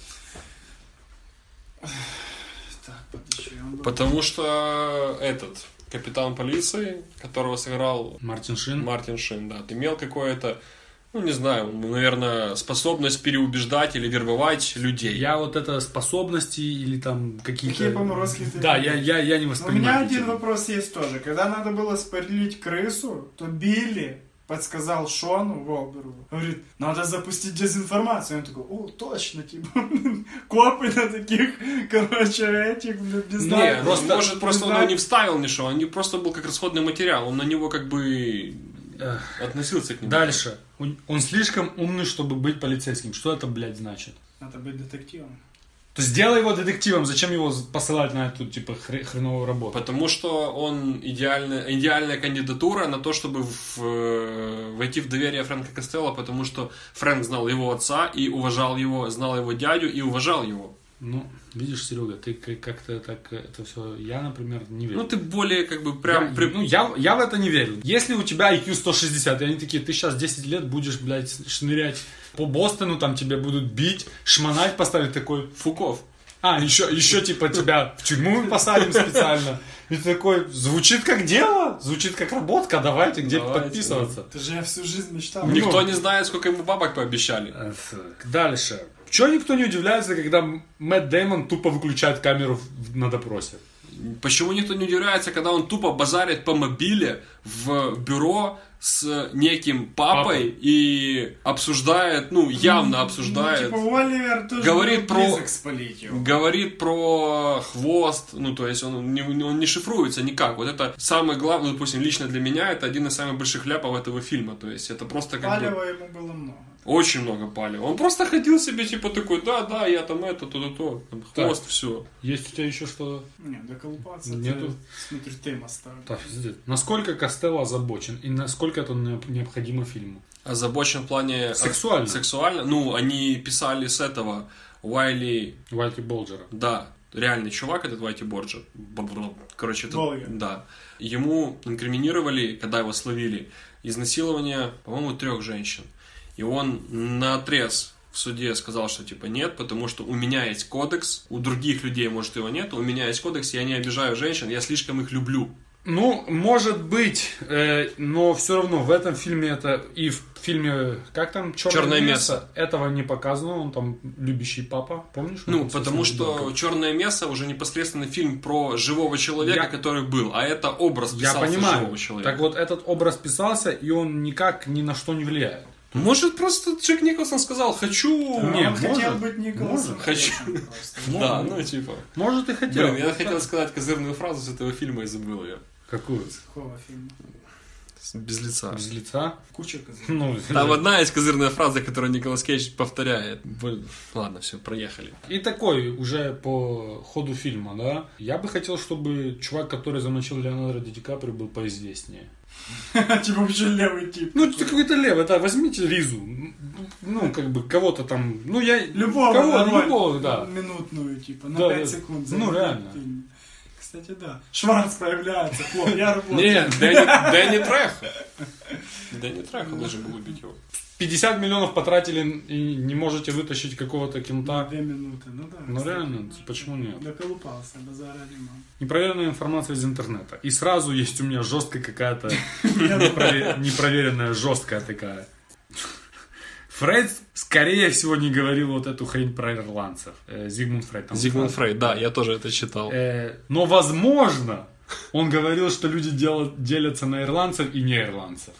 Так, подожди, он был... Потому что этот капитан полиции, которого сыграл Мартин Шин. Мартин Шин, да, имел какое-то, ну не знаю, наверное, способность переубеждать или вербовать людей. Я вот это способности или там какие-то... Какие поморозки ты Да, я, я, я не Но У меня воспринимаю. эти один темы. вопрос есть тоже. Когда надо было спалить крысу, то Билли подсказал Шону Волберу. Говорит, надо запустить дезинформацию. Он такой, о, точно, типа, копы на таких, короче, этих, блин, не знаю. Не, не просто, знаю, может, просто он знаю». его не вставил ничего, он не просто был как расходный материал, он на него как бы относился к нему. Дальше. Он, он слишком умный, чтобы быть полицейским. Что это, блядь, значит? Надо быть детективом. То есть сделай его детективом, зачем его посылать на эту, типа, хре- хреновую работу? Потому что он идеальная, идеальная кандидатура на то, чтобы в- э, войти в доверие Фрэнка Костелла, потому что Фрэнк знал его отца и уважал его, знал его дядю и уважал его. Ну, видишь, Серега, ты к- как-то так э, это все. Я, например, не верю. Ну, ты более как бы прям... я, при- ну, я, я в это не верю. Если у тебя IQ 160, и они такие, ты сейчас 10 лет будешь, блядь, шнырять по Бостону, там тебя будут бить, шмонать поставить такой. Фуков. А, еще, еще типа тебя в тюрьму посадим специально. И ты такой, звучит как дело, звучит как работка, давайте где Давайте, подписываться. Это же я всю жизнь мечтал. Никто ну. не знает, сколько ему бабок пообещали. Э, так, Дальше. Чего никто не удивляется, когда Мэтт Дэймон тупо выключает камеру в- на допросе? Почему никто не удивляется, когда он тупо базарит по мобиле в бюро с неким папой, Папой. и обсуждает, ну, явно Ну, обсуждает, Типа, Оливер тоже Говорит был про- близок спалить его. говорит про хвост, ну, то есть он не, он не шифруется никак. Вот это самое главное, ну, допустим, лично для меня, это один из самых больших ляпов этого фильма. То есть это просто как бы... Палева ему было много. Очень много палева. Он просто ходил себе, типа, такой, да-да, я там это, то-то-то, там, Так. хвост, все. Есть у тебя еще что-то? Не, доколупаться. Ну, Нету. ты, Смотри, тема старая. Так, пиздец. насколько Костелло озабочен и насколько это не- необходимо фильму? Озабочен в плане... э, Сексуально. Сексуально. Ну, они писали с этого Уайли, Уайти Болджера. да, реальный чувак, этот Уайти Борджа. Бр-бр-бр. Короче, это... Болгер. Да. Ему инкриминировали, когда его словили, изнасилование, по-моему, трех женщин. И он на отрез в суде сказал, что типа нет, потому что у меня есть кодекс, у других людей, может, его нет, у меня есть кодекс, я не обижаю женщин, я слишком их люблю. Ну, может быть, э, но все равно в этом фильме это и в фильме, как там, «Черное, «Чёрное мясо», этого не показано, он там любящий папа, помнишь? Ну, он со потому своим что ребенком? Черное мясо уже непосредственно фильм про живого человека, Я- который был, а это образ Я писался понимаю, живого человека. так вот этот образ писался, и он никак ни на что не влияет. Может, просто Джек Николсон сказал, хочу. Не, А он хотел может, быть Николасом. может. Хочу. Кейджем просто. Да, ну типа. Может и хотел. Блин, я хотел сказать козырную фразу с этого фильма и забыл ее. Какую? Какого фильма? Без лица. Без лица? Куча козырей. Ну, Там одна есть козырная фраза, которую Николас Кейдж повторяет. Блин, Ладно, все, проехали. И такой уже по ходу фильма, да. Я бы хотел, чтобы чувак, который замочил Леонардо Ди Каприо, был поизвестнее. Типа вообще левый тип. Ну, это какой-то левый, да, возьмите Ризу. Ну, как бы кого-то там. Ну, я. Любого, кого нормально. любого, да. Минутную, типа, на Да, 5 да. секунд. Ну, заменить реально. фильм. Кстати, да. Шварц появляется. О, я работаю. Не, Дэнни, Дэнни Трехо. Дэнни Трехо должен был убить его. 50 миллионов потратили и не можете вытащить какого-то кента. Две минуты, ну да. Ну кстати, реально, да. почему нет? Доколупался, базара не мог. Непроверенная информация из интернета. И сразу есть у меня жесткая какая-то непрове- непроверенная жесткая такая. Фрейд, скорее всего, не говорил вот эту хрень про ирландцев. Э, Зигмунд Фрейд. там Зигмунд сказал. Фрейд, да, я тоже это читал. Э, Но, возможно, он говорил, что люди дел- делятся на ирландцев и не ирландцев.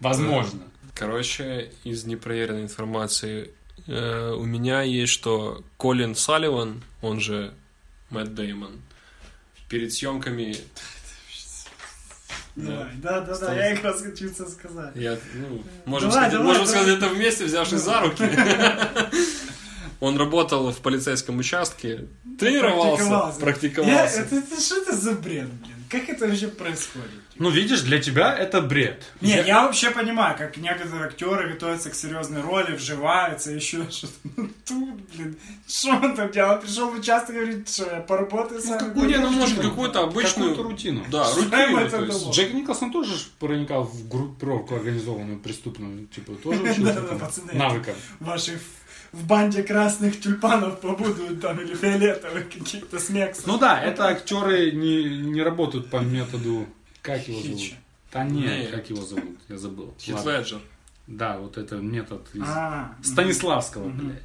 Возможно. Короче, из непроверенной информации э, у меня есть, что Колин Салливан, он же Мэтт Деймон, перед съемками Давай, да, да, да, я их раз хочу это сказать. Я, ну, можем Давай, сказать, давай, можем давай. сказать это вместе, взявшись за руки. Он работал в полицейском участке, тренировался, Я- практиковался. это, это что это за бред, блин? Как это вообще происходит? Ну, видишь, для тебя это бред. Не, я... вообще понимаю, как некоторые актеры готовятся к серьезной роли, вживаются, еще что-то. Ну тут, блин, что он там делал? Пришел в участок и говорит, что я поработаю с вами. Не, ну, может, какую-то Какую-то обычную... рутину. Да, рутину, Строймать то это есть. было. Джек Николсон тоже ж проникал в группировку организованную преступную, типа тоже учился Да-да, там пацаны. навыкам. Ваши в- в банде красных тюльпанов побудут там или фиолетовых каких-то смексов. Ну да, это актеры не, не работают по методу, как его зовут? Хитча. Да нет, Нет. как его зовут, я забыл. Хит Ладно. Леджер. Да, вот это метод из А, Станиславского, блядь.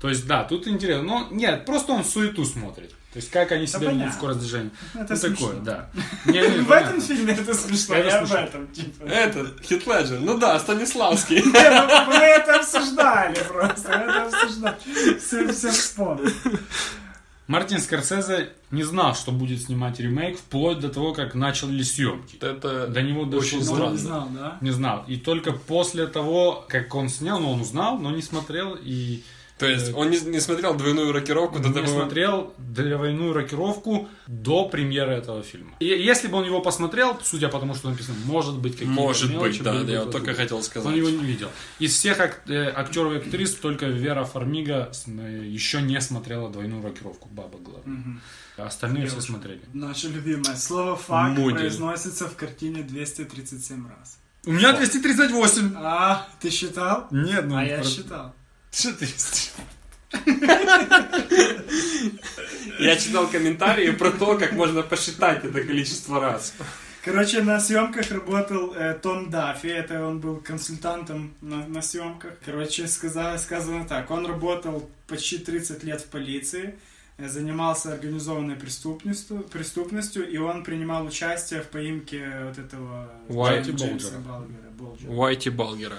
То есть, да, тут интересно. Но нет, просто он суету смотрит. То есть, как они себя ведут понятно. в скорость движения. Это ну, такое, смешно. Ну, да. Не, не, В понятно. этом фильме это смешно, Это я об смешно. этом, типа. Этот, Хит Леджер. Ну да, Станиславский. Не, ну, Мы это обсуждали просто, мы это обсуждали. Все, все вспомнили. Мартин Скорсезе не знал, что будет снимать ремейк, вплоть до того, как начали съемки. Это До него очень дошло. Но он не странно. знал, да? Не знал. И только после того, как он снял, но он узнал, но не смотрел и То есть он не, не смотрел двойную рокировку до не того... смотрел двойную рокировку до премьеры этого фильма. И если бы он его посмотрел, судя по тому, что написано, может быть, какие-то Может мелочи быть, да, были бы я вот в только этом. хотел сказать. Он его не видел. Из всех ак- э, актеров и актрис только Вера Фармига с- э, еще не смотрела двойную рокировку Баба главная. Остальные все смотрели. Наше любимое слово «фак» Муди. произносится в картине 237 раз. У меня 238. А, ты считал? Нет, ну А я про- считал. Я читал комментарии про то, как можно посчитать это количество раз. Короче, на съемках работал э, Том Даффи, это он был консультантом на, на съемках. Короче, сказа- сказано так, он работал почти 30 лет в полиции, э, занимался организованной преступностью, преступностью, и он принимал участие в поимке вот этого Уайти Джей- Джеймса Болджера. Балгера, Болджера. Уайти Балгера.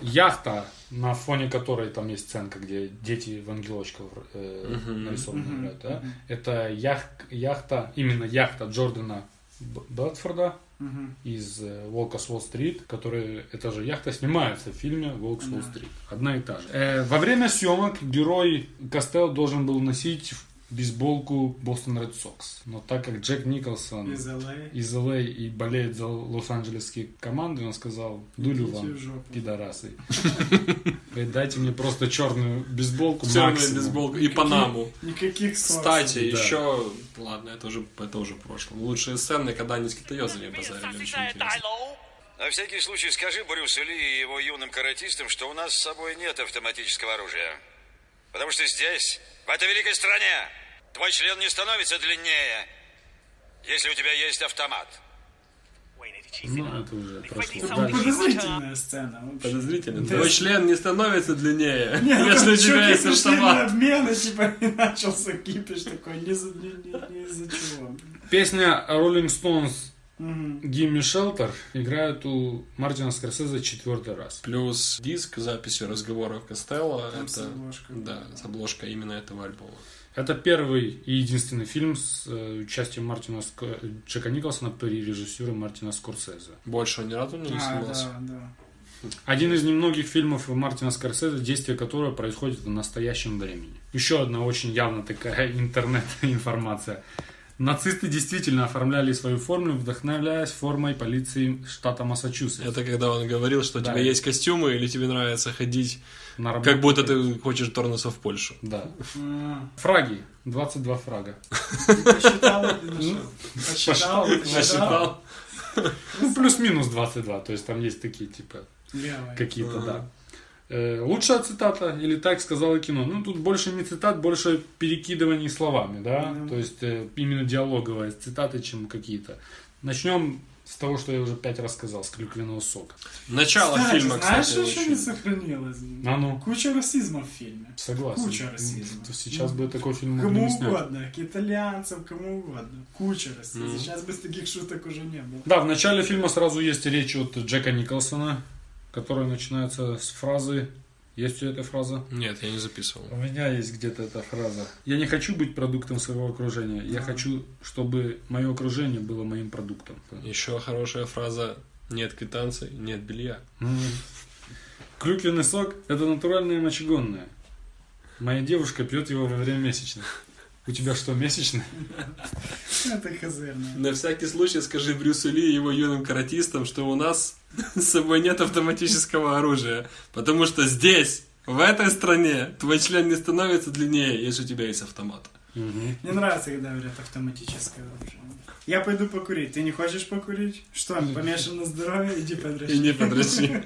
Яхта, на фоне которой там есть сценка, где дети в ангелочках э, нарисованы Мгм. играют, да? Это яхт, яхта, именно яхта Джордана Б- Брэдфорда Мгм. из э, «Волка с Уолл-стрит», которая, эта же яхта, снимается в фильме «Волк с Уолл-стрит». Одна и та же. Э, во время съемок герой Костел должен был носить бейсболку Бостон Ред Сокс. Но так как Джек Николсон Из А. LA. из LA и болеет за лос-анджелесские команды, он сказал, дулю Идите вам, в жопу». пидорасы. Говорит, дайте мне просто черную бейсболку Черную максимум». бейсболку и Панаму. Никаких слов. Кстати, Да. еще... Ладно, это уже, это уже в прошлом. Лучшие сцены, когда они с китаёзами базарили. Очень интересно. На всякий случай скажи Брюсу Ли и его юным каратистам, что у нас с собой нет автоматического оружия. Потому что здесь, в этой великой стране, твой член не становится длиннее, если у тебя есть автомат. Ну, это уже прошло. Дальше. Подозрительная сцена. вообще. Подозрительно. Да. Твой член не становится длиннее, Не, ну если у там тебя чуваки есть пришли на автомат. обмен, и типа и начался кипиш такой, ни за, ни, ни- ни за чего. Песня Rolling Stones Мгм. Gimme Shelter играют у Мартина Скорсезе четвертый раз. Плюс диск с записью разговоров Костелла. Там с Это, обложкой. да, с обложка именно этого альбома. Это первый и единственный фильм с э, участием Мартина Ск- Джека Николсона при режиссуре Мартина Скорсезе. Больше он ни разу не А, снимался. да, да. Один из немногих фильмов Мартина Скорсезе, действие которого происходит в настоящем времени. Еще одна очень явно такая интернет-информация. Нацисты действительно оформляли свою форму, вдохновляясь формой полиции штата Массачусетс. Это когда он говорил, что у Да. тебя есть костюмы или тебе нравится ходить, На работу- как будто ты хочешь торнуться в Польшу. Да. А, Фраги. 22 фрага. Посчитал или нашел? Посчитал, посчитал. Насчитал. Ну, плюс-минус 22. То есть там есть такие, типа, Левая. какие-то, Ага. да. Э, Лучшая цитата или так сказала кино. Ну, тут больше не цитат, больше перекидываний словами, да. Мгм. То есть э, именно диалоговые цитаты, чем какие-то. Начнем с того, что я уже пять раз сказал, с клюквенного сока. Начало Кстати, фильма, знаешь, кстати, что еще не очень. сохранилось? А ну, Куча расизма в фильме. согласен. Куча расизма. М, Сейчас бы такой фильм могли Кому Ну, не снять. угодно, к итальянцам, кому угодно. Куча расизма. Сейчас бы таких шуток уже не было. Да, в начале фильма сразу есть речь от Джека Николсона, которая начинается с фразы. Есть у тебя эта фраза? Нет, я не записывал. У меня есть где-то эта фраза. Я не хочу быть продуктом своего окружения. Я хочу, чтобы мое окружение было моим продуктом. Еще хорошая фраза «Нет квитанций, нет белья». М. Ну, Клюквенный сок – это натуральное мочегонное. Моя девушка пьет его во время месячных. У тебя что, месячные? Это хазерно. На всякий случай скажи Брюсу Ли и его юным каратистам, что у нас с собой нет автоматического оружия. Потому что здесь, в этой стране, твой член не становится длиннее, если у тебя есть автомат. Мне нравится, когда говорят автоматическое оружие. Я пойду покурить. Ты не хочешь покурить? Что, помешан на здоровье? Иди подращи. И не подрочи.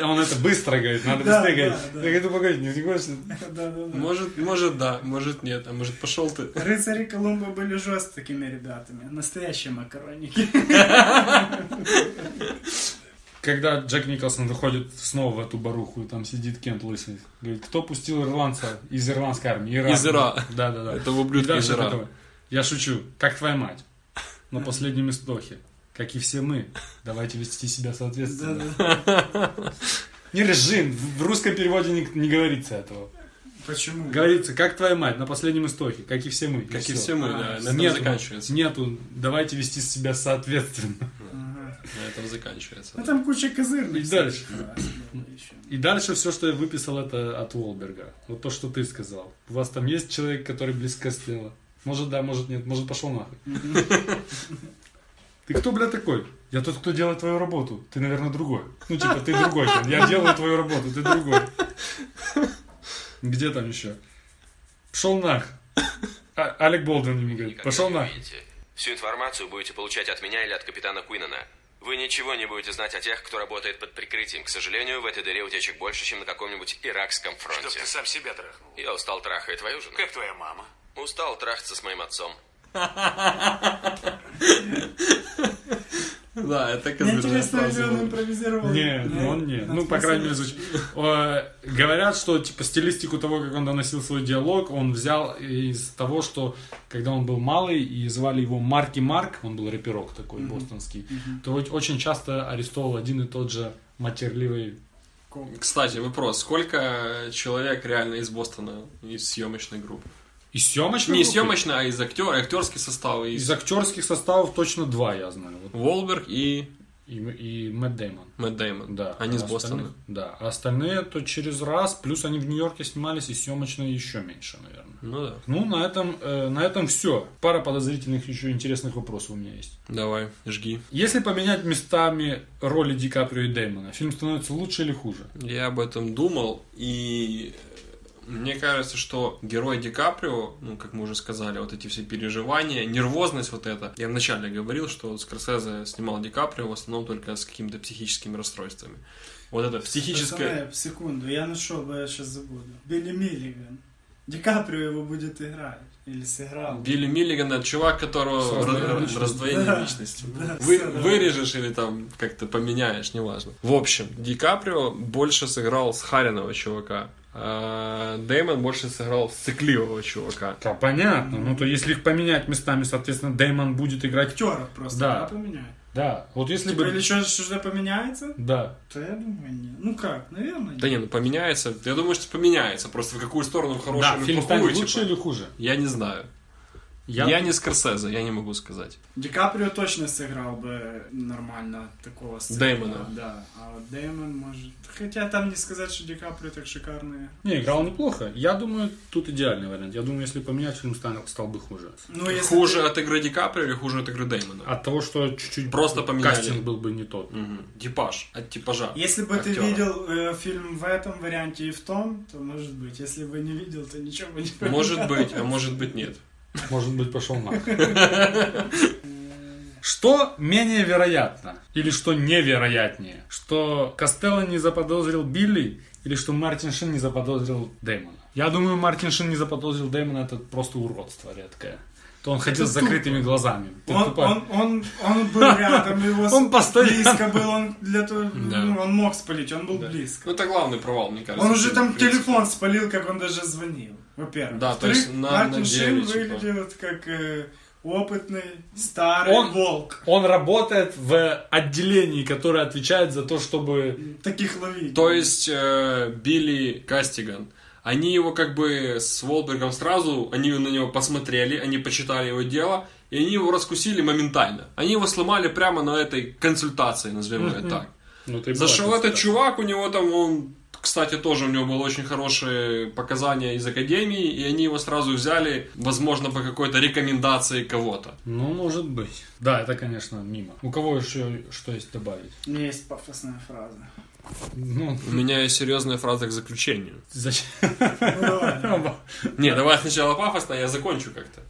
А Он это быстро говорит, надо Да, быстрее да, говорить. да. Я говорю, погоди, не хочешь? Да-да-да. Может, может да, может нет, а может пошел ты. Рыцари Колумба были жесткими ребятами. Настоящие макароники. Когда Джек Николсон выходит снова в эту баруху, и там сидит Кент Лысый, говорит, кто пустил ирландца из ирландской армии? Ирак. Из Ира. Да-да-да. Это ублюдки И дальше из Ира. такое, Я шучу, как твоя мать. На последнем истохе. Как и все мы. Давайте вести себя соответственно. Да-да. Не режим. В в русском переводе не, не говорится этого. Почему? Говорится, как твоя мать, на последнем истохе, как и все мы. Как и всё. все мы, А, да, на этом Нету, заканчивается. нету, давайте вести себя соответственно. Ага. На этом заканчивается. Ну там куча козырных. И дальше. всяких было ещё. И дальше все, что я выписал, это от Уолберга. Вот то, что ты сказал. У вас там есть человек, который близко сделал? Может да, может нет, может пошел нахуй. Ты кто, бля, такой? Я тот, кто делает твою работу. Ты, наверное, другой. Ну, типа, ты другой. там. Я делаю твою работу, ты другой. Где там еще? Пошел нах. А- Алек Болдвин ему говорит, Никогда пошел не нах. увидите. Всю информацию будете получать от меня или от капитана Куинана. Вы ничего не будете знать о тех, кто работает под прикрытием. К сожалению, в этой дыре утечек больше, чем на каком-нибудь иракском Чтоб фронте. ты сам себя трахнул. Я устал трахать твою жену. Как твоя мама? Устал трахаться с моим отцом. Да, это Мне козырная интересно, если фраза. он была. импровизировал. Не, Да, ну он не. нас Ну, по просто крайней мере, не- звучит. Э, Говорят, что типа стилистику того, как он доносил свой диалог, он взял из того, что когда он был малый и звали его Марки Марк, он был рэперок такой бостонский, то вот очень часто арестовывал один и тот же матерливый. Кстати, вопрос. Сколько человек реально из Бостона, из съемочной группы? И съемочный. Не из съемочной, а из актера, актерский состав. Из... Из актерских составов точно два, я знаю. Вот. Волберг и И, и Мэтт Дэймон. Мэтт Дэймон. Да. а Они из Бостона. остальных- Да. А остальные то через раз, плюс они в Нью-Йорке снимались, и съемочные еще меньше, наверное. Ну да. Ну, на этом, э, на этом все. Пара подозрительных еще интересных вопросов у меня есть. Давай, жги. Если поменять местами роли Ди Каприо и Дэймона, фильм становится лучше или хуже? Я об этом думал, и э, мне кажется, что герой Ди Каприо, ну, как мы уже сказали, вот эти все переживания, нервозность вот эта. Я вначале говорил, что Скорсезе снимал Ди Каприо в основном только с какими-то психическими расстройствами. Вот это психическое... Пацаны, секунду, я нашел, я сейчас забуду. Билли Миллиган. Ди Каприо его будет играть. Или сыграл. Билли Миллиган, это чувак, которого Раздвоение раз- личности. раздвоение Да. личности. Да, Вы, всё, да. вырежешь или там как-то поменяешь, неважно. В общем, Ди Каприо больше сыграл с Хариного чувака. А Дэймон больше сыграл с цикливого чувака. Да, понятно. Ну, то если их поменять местами, соответственно, Дэймон будет играть... Актеров просто, Да. да, поменяют. Да, вот если Типа, или бы... что, что-то поменяется? Да. То я думаю, нет. Ну как, наверное, Да не, ну поменяется. Я думаю, что поменяется. Просто в какую сторону, в Да, хорошую или фильм в плохую. станет лучше типа. или хуже? Я не знаю. Я... не Скорсезе, я не могу сказать. Ди Каприо точно сыграл бы нормально такого Дэймона. Да, а вот Дэймон может... Хотя там не сказать, что Ди Каприо так шикарные. Не, играл неплохо. Я думаю, тут идеальный вариант. Я думаю, если поменять, фильм стал, стал бы хуже. Ну, если Хуже от игры Ди Каприо или хуже от игры Дэймона? От того, что чуть-чуть Просто поменяли. кастинг был бы не тот. Мгм. Типаж. От типажа. Если бы ты актера. видел э, фильм в этом варианте и в том, то может быть. Если бы не видел, то ничего бы не понял. Может быть, а может быть нет. Может быть, пошел нахуй. Что менее вероятно? Или что невероятнее? Что Костелло не заподозрил Билли? Или что Мартин Шин не заподозрил Дэймона? Я думаю, Мартин Шин не заподозрил Дэймона, это просто уродство редкое. То он ходил с закрытыми глазами. Ты Он, тупая. он, он, он был рядом, его с- Он постоянно- близко был, он для того, Да. ну, он мог спалить, он был близко. Ну, это главный провал, мне кажется. Он уже фильма, в там принципе. телефон спалил, как он даже звонил. Во-первых. Да, то есть Во-вторых, на- Мартин на Шин деле, типа. выглядит как э, опытный, старый Он- волк. Он работает в отделении, которое отвечает за то, чтобы... Таких ловить. То есть э, Билли Кастиган. Они его как бы с Волбергом сразу, они на него посмотрели, они почитали его дело, и они его раскусили моментально. Они его сломали прямо на этой консультации, назовем ее так. Ну, ты Зашел бывает, этот да. чувак, у него там он, кстати, тоже у него было очень хорошие показания из академии, и они его сразу взяли, возможно, по какой-то рекомендации кого-то. Ну, может быть. Да, это, конечно, мимо. У кого еще что есть добавить? У меня есть пафосная фраза. Ну, У меня есть серьезная фраза к заключению. зачем? Ну, Не, давай сначала пафосно, я закончу как-то.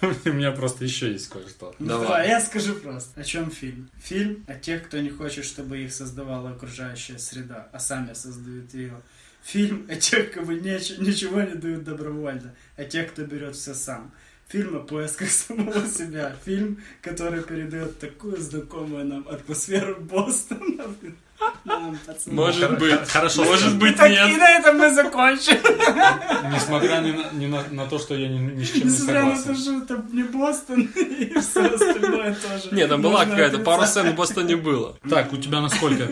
У меня просто еще есть кое-что. Ну, Давай. давай, я скажу просто. О чем фильм? Фильм о тех, кто не хочет, чтобы их создавала окружающая среда, а сами создают ее. Фильм о тех, кому неч- ничего не дают добровольно, о тех, кто берет все сам. Фильм о поисках самого себя. Фильм, который передает такую знакомую нам атмосферу Бостона. Нам, пацаны. Ну Может быть. Хорошо. Может сказано. быть, Так, и нет. на этом мы закончим. Несмотря ни на, ни на- на то, что я ни, ни с чем не Несмотря на то, согласен. что это не Бостон и все остальное тоже. Не, там была Можно какая-то, пару отрицать. сцен в Бостоне было. Так, у тебя насколько?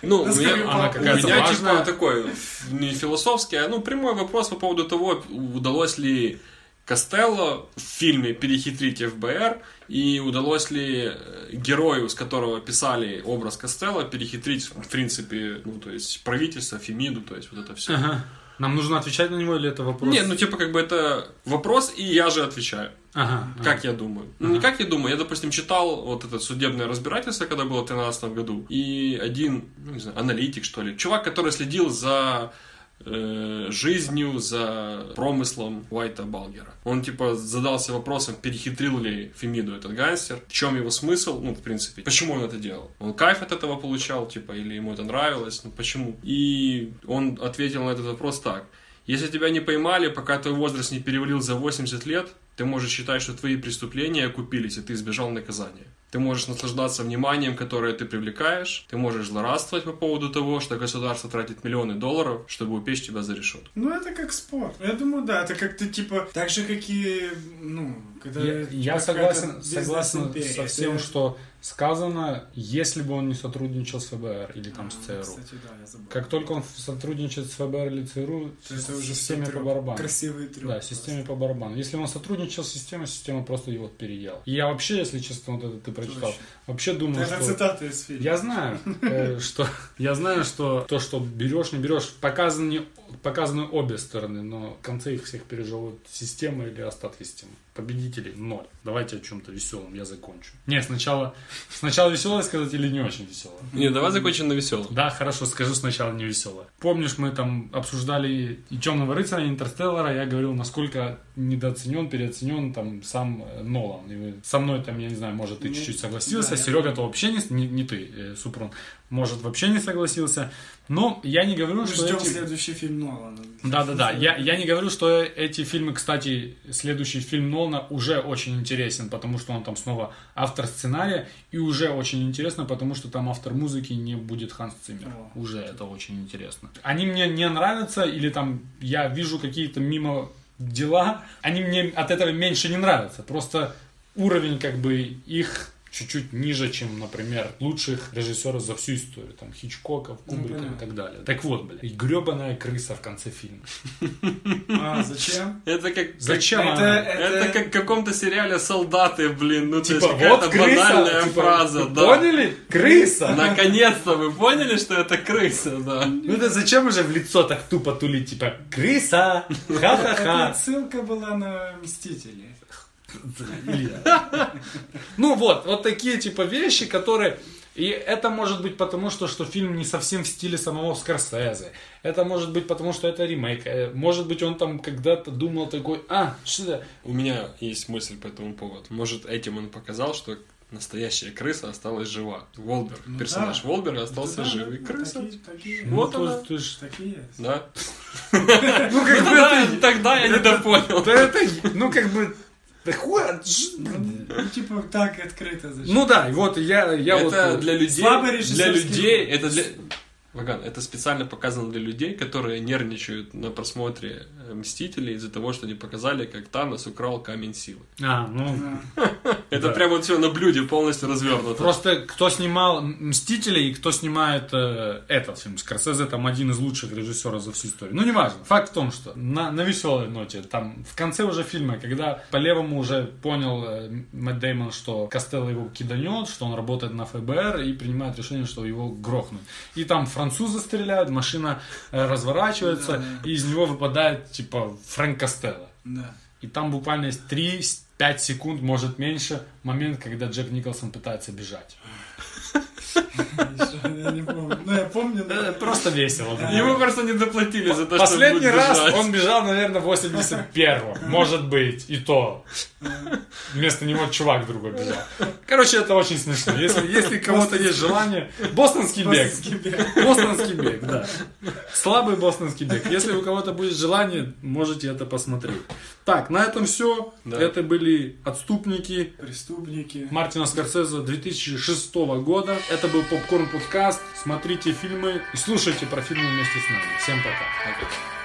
Ну, у Насколько меня, Ну, Она у какая-то меня, важная. типа такой, не философский, а ну прямой вопрос по поводу того, удалось ли Костелло в фильме перехитрить ФБР и удалось ли э, герою, с которого писали образ Костелло, перехитрить, в принципе, ну, то есть правительство, Фемиду, то есть вот это все. Ага. Нам нужно отвечать на него или это вопрос? Не, ну типа как бы это вопрос, и я же отвечаю. Ага. ага. Как я думаю. Ну, не как я думаю. Я, допустим, читал вот это судебное разбирательство, когда было в 2013 году. И один, ну, не знаю, аналитик, что ли, чувак, который следил за э, жизнью, за промыслом Уайта Балгера. Он, типа, задался вопросом, перехитрил ли Фемиду этот гангстер, в чем его смысл, ну, в принципе, почему он это делал. Он кайф от этого получал, типа, или ему это нравилось, ну, почему. И он ответил на этот вопрос так. Если тебя не поймали, пока твой возраст не перевалил за 80 лет, ты можешь считать, что твои преступления окупились, и ты избежал наказания. Ты можешь наслаждаться вниманием, которое ты привлекаешь. Ты можешь злорадствовать по поводу того, что государство тратит миллионы долларов, чтобы упечь тебя за решетку. Ну, это как спорт. Я думаю, да, это как-то типа так же, как и, ну, когда... Я, я какая-то согласен, бизнес согласен империя. со всем, Ты- что сказано, если бы он не сотрудничал с ФБР или там с А, ЦРУ. Кстати, да, я забыл. Как только он сотрудничает с ФБР или ЦРУ, То есть это уже системе всё по трёп- барабану. Красивый трюк. Да, системе по барабану. Если он сотрудничал с системой, система просто его переела. И я вообще, если честно, вот это ты прочитал, Точно. вообще думал, Это что... цитата из фильма. Я знаю, э, что я знаю, что то, что берешь, не берешь, показаны, показаны обе стороны, но в конце их всех переживут система или остатки системы. Победителей ноль. Давайте о чем-то веселом, я закончу. Не, сначала, сначала веселое сказать или не очень веселое? Не, давай закончим на веселом. Да, хорошо, скажу сначала не веселое. Помнишь, мы там обсуждали и Темного рыцаря, и Интерстеллара, я говорил, насколько недооценен, переоценен там сам э, Нолан. И вы- со мной там, я не знаю, может, ты Ну, чуть-чуть согласился, да, я Серега, то вообще не, с- не, не ты, э, Супрун, может, вообще не согласился. Ну, я не говорю, что Ждем эти- следующий фильм Нолана. Да-да-да, я, я не говорю, что эти фильмы, кстати, следующий фильм Нолана уже очень интересен, потому что он там снова автор сценария, и уже очень интересно, потому что там автор музыки не будет Ханс Циммер. О. Уже это очень интересно. Они мне не нравятся, или там я вижу какие-то мимо дела, они мне от этого меньше не нравятся. Просто уровень как бы их чуть-чуть ниже, чем, например, лучших режиссеров за всю историю, там, Хичкоков, Кубрика и понятно. так далее. Так вот, блядь, гребаная крыса в конце фильма. А, зачем? Это как... Зачем Это- она? Это, это- как в каком-то сериале «Солдаты», блин. Ну, то Типа, есть какая-то вот крыса, банальная типа, фраза, вы да. Поняли? Крыса! Наконец-то вы поняли, что это крыса, да. Ну это зачем уже в лицо так тупо тулить, типа, крыса, Это ха-ха-ха. отсылка была на Мстители. Илья. Ну вот, вот такие типа вещи, которые... И это может быть потому, что, что фильм не совсем в стиле самого Скорсезе. Это может быть потому, что это ремейк. Э, Может быть, он там когда-то думал такой, а, что это?» У меня есть мысль по этому поводу. Может, этим он показал, что настоящая крыса осталась жива. Волберг, Ну персонаж да. Волберга остался Да, жив. И да, крыса. Ну, такие- Такие. Ну, Вот то она. есть ты ж- Такие. Да. Ну как бы Да, это- тогда я не допонял. да это... Ну как бы... да хуй, а, ж- Ну, типа, так открыто зачем? Ну да, и вот я, я вот... Это э, для людей. слабый Для режиссерский людей. ход. Это для. Ваган, это специально показано для людей, которые нервничают на просмотре э, Мстителей из-за того, что не показали, как Танос украл камень силы. А, ну... Да. Это прям вот все на блюде полностью развернуто. Просто кто снимал «Мстители» и кто снимает э, этот фильм. Скорсезе там один из лучших режиссеров за всю историю. Ну, неважно. Факт в том, что на, на веселой ноте, там, в конце уже фильма, когда по-левому уже понял э, Мэтт Дэймон, что Костелло его киданет, что он работает на ФБР и принимает решение, что его грохнут. И там французы стреляют, машина э, разворачивается, и из него выпадает, типа, Фрэнк Костелло. Да. И там буквально есть 3-5 секунд, может меньше, момент, когда Джек Николсон пытается бежать. Я не помню. Ну, я помню, Э, но... Просто весело. было. Ему просто не доплатили за то, что он Последний будет раз бежать. он бежал, наверное, в 81-м. Может быть, и то. Вместо него чувак другой бежал. Короче, это очень смешно. Если, если кого-то есть желание... Бостонский бег. Бостонский бег. Бостонский бег, да. Слабый бостонский бег. Если у кого-то будет желание, можете это посмотреть. Так, на этом все. Да. Это были «Отступники». Преступники. Мартина Скорсезе 2006 года. Это был Попкорн Подкаст. Смотрите фильмы и слушайте про фильмы вместе с нами. Всем пока.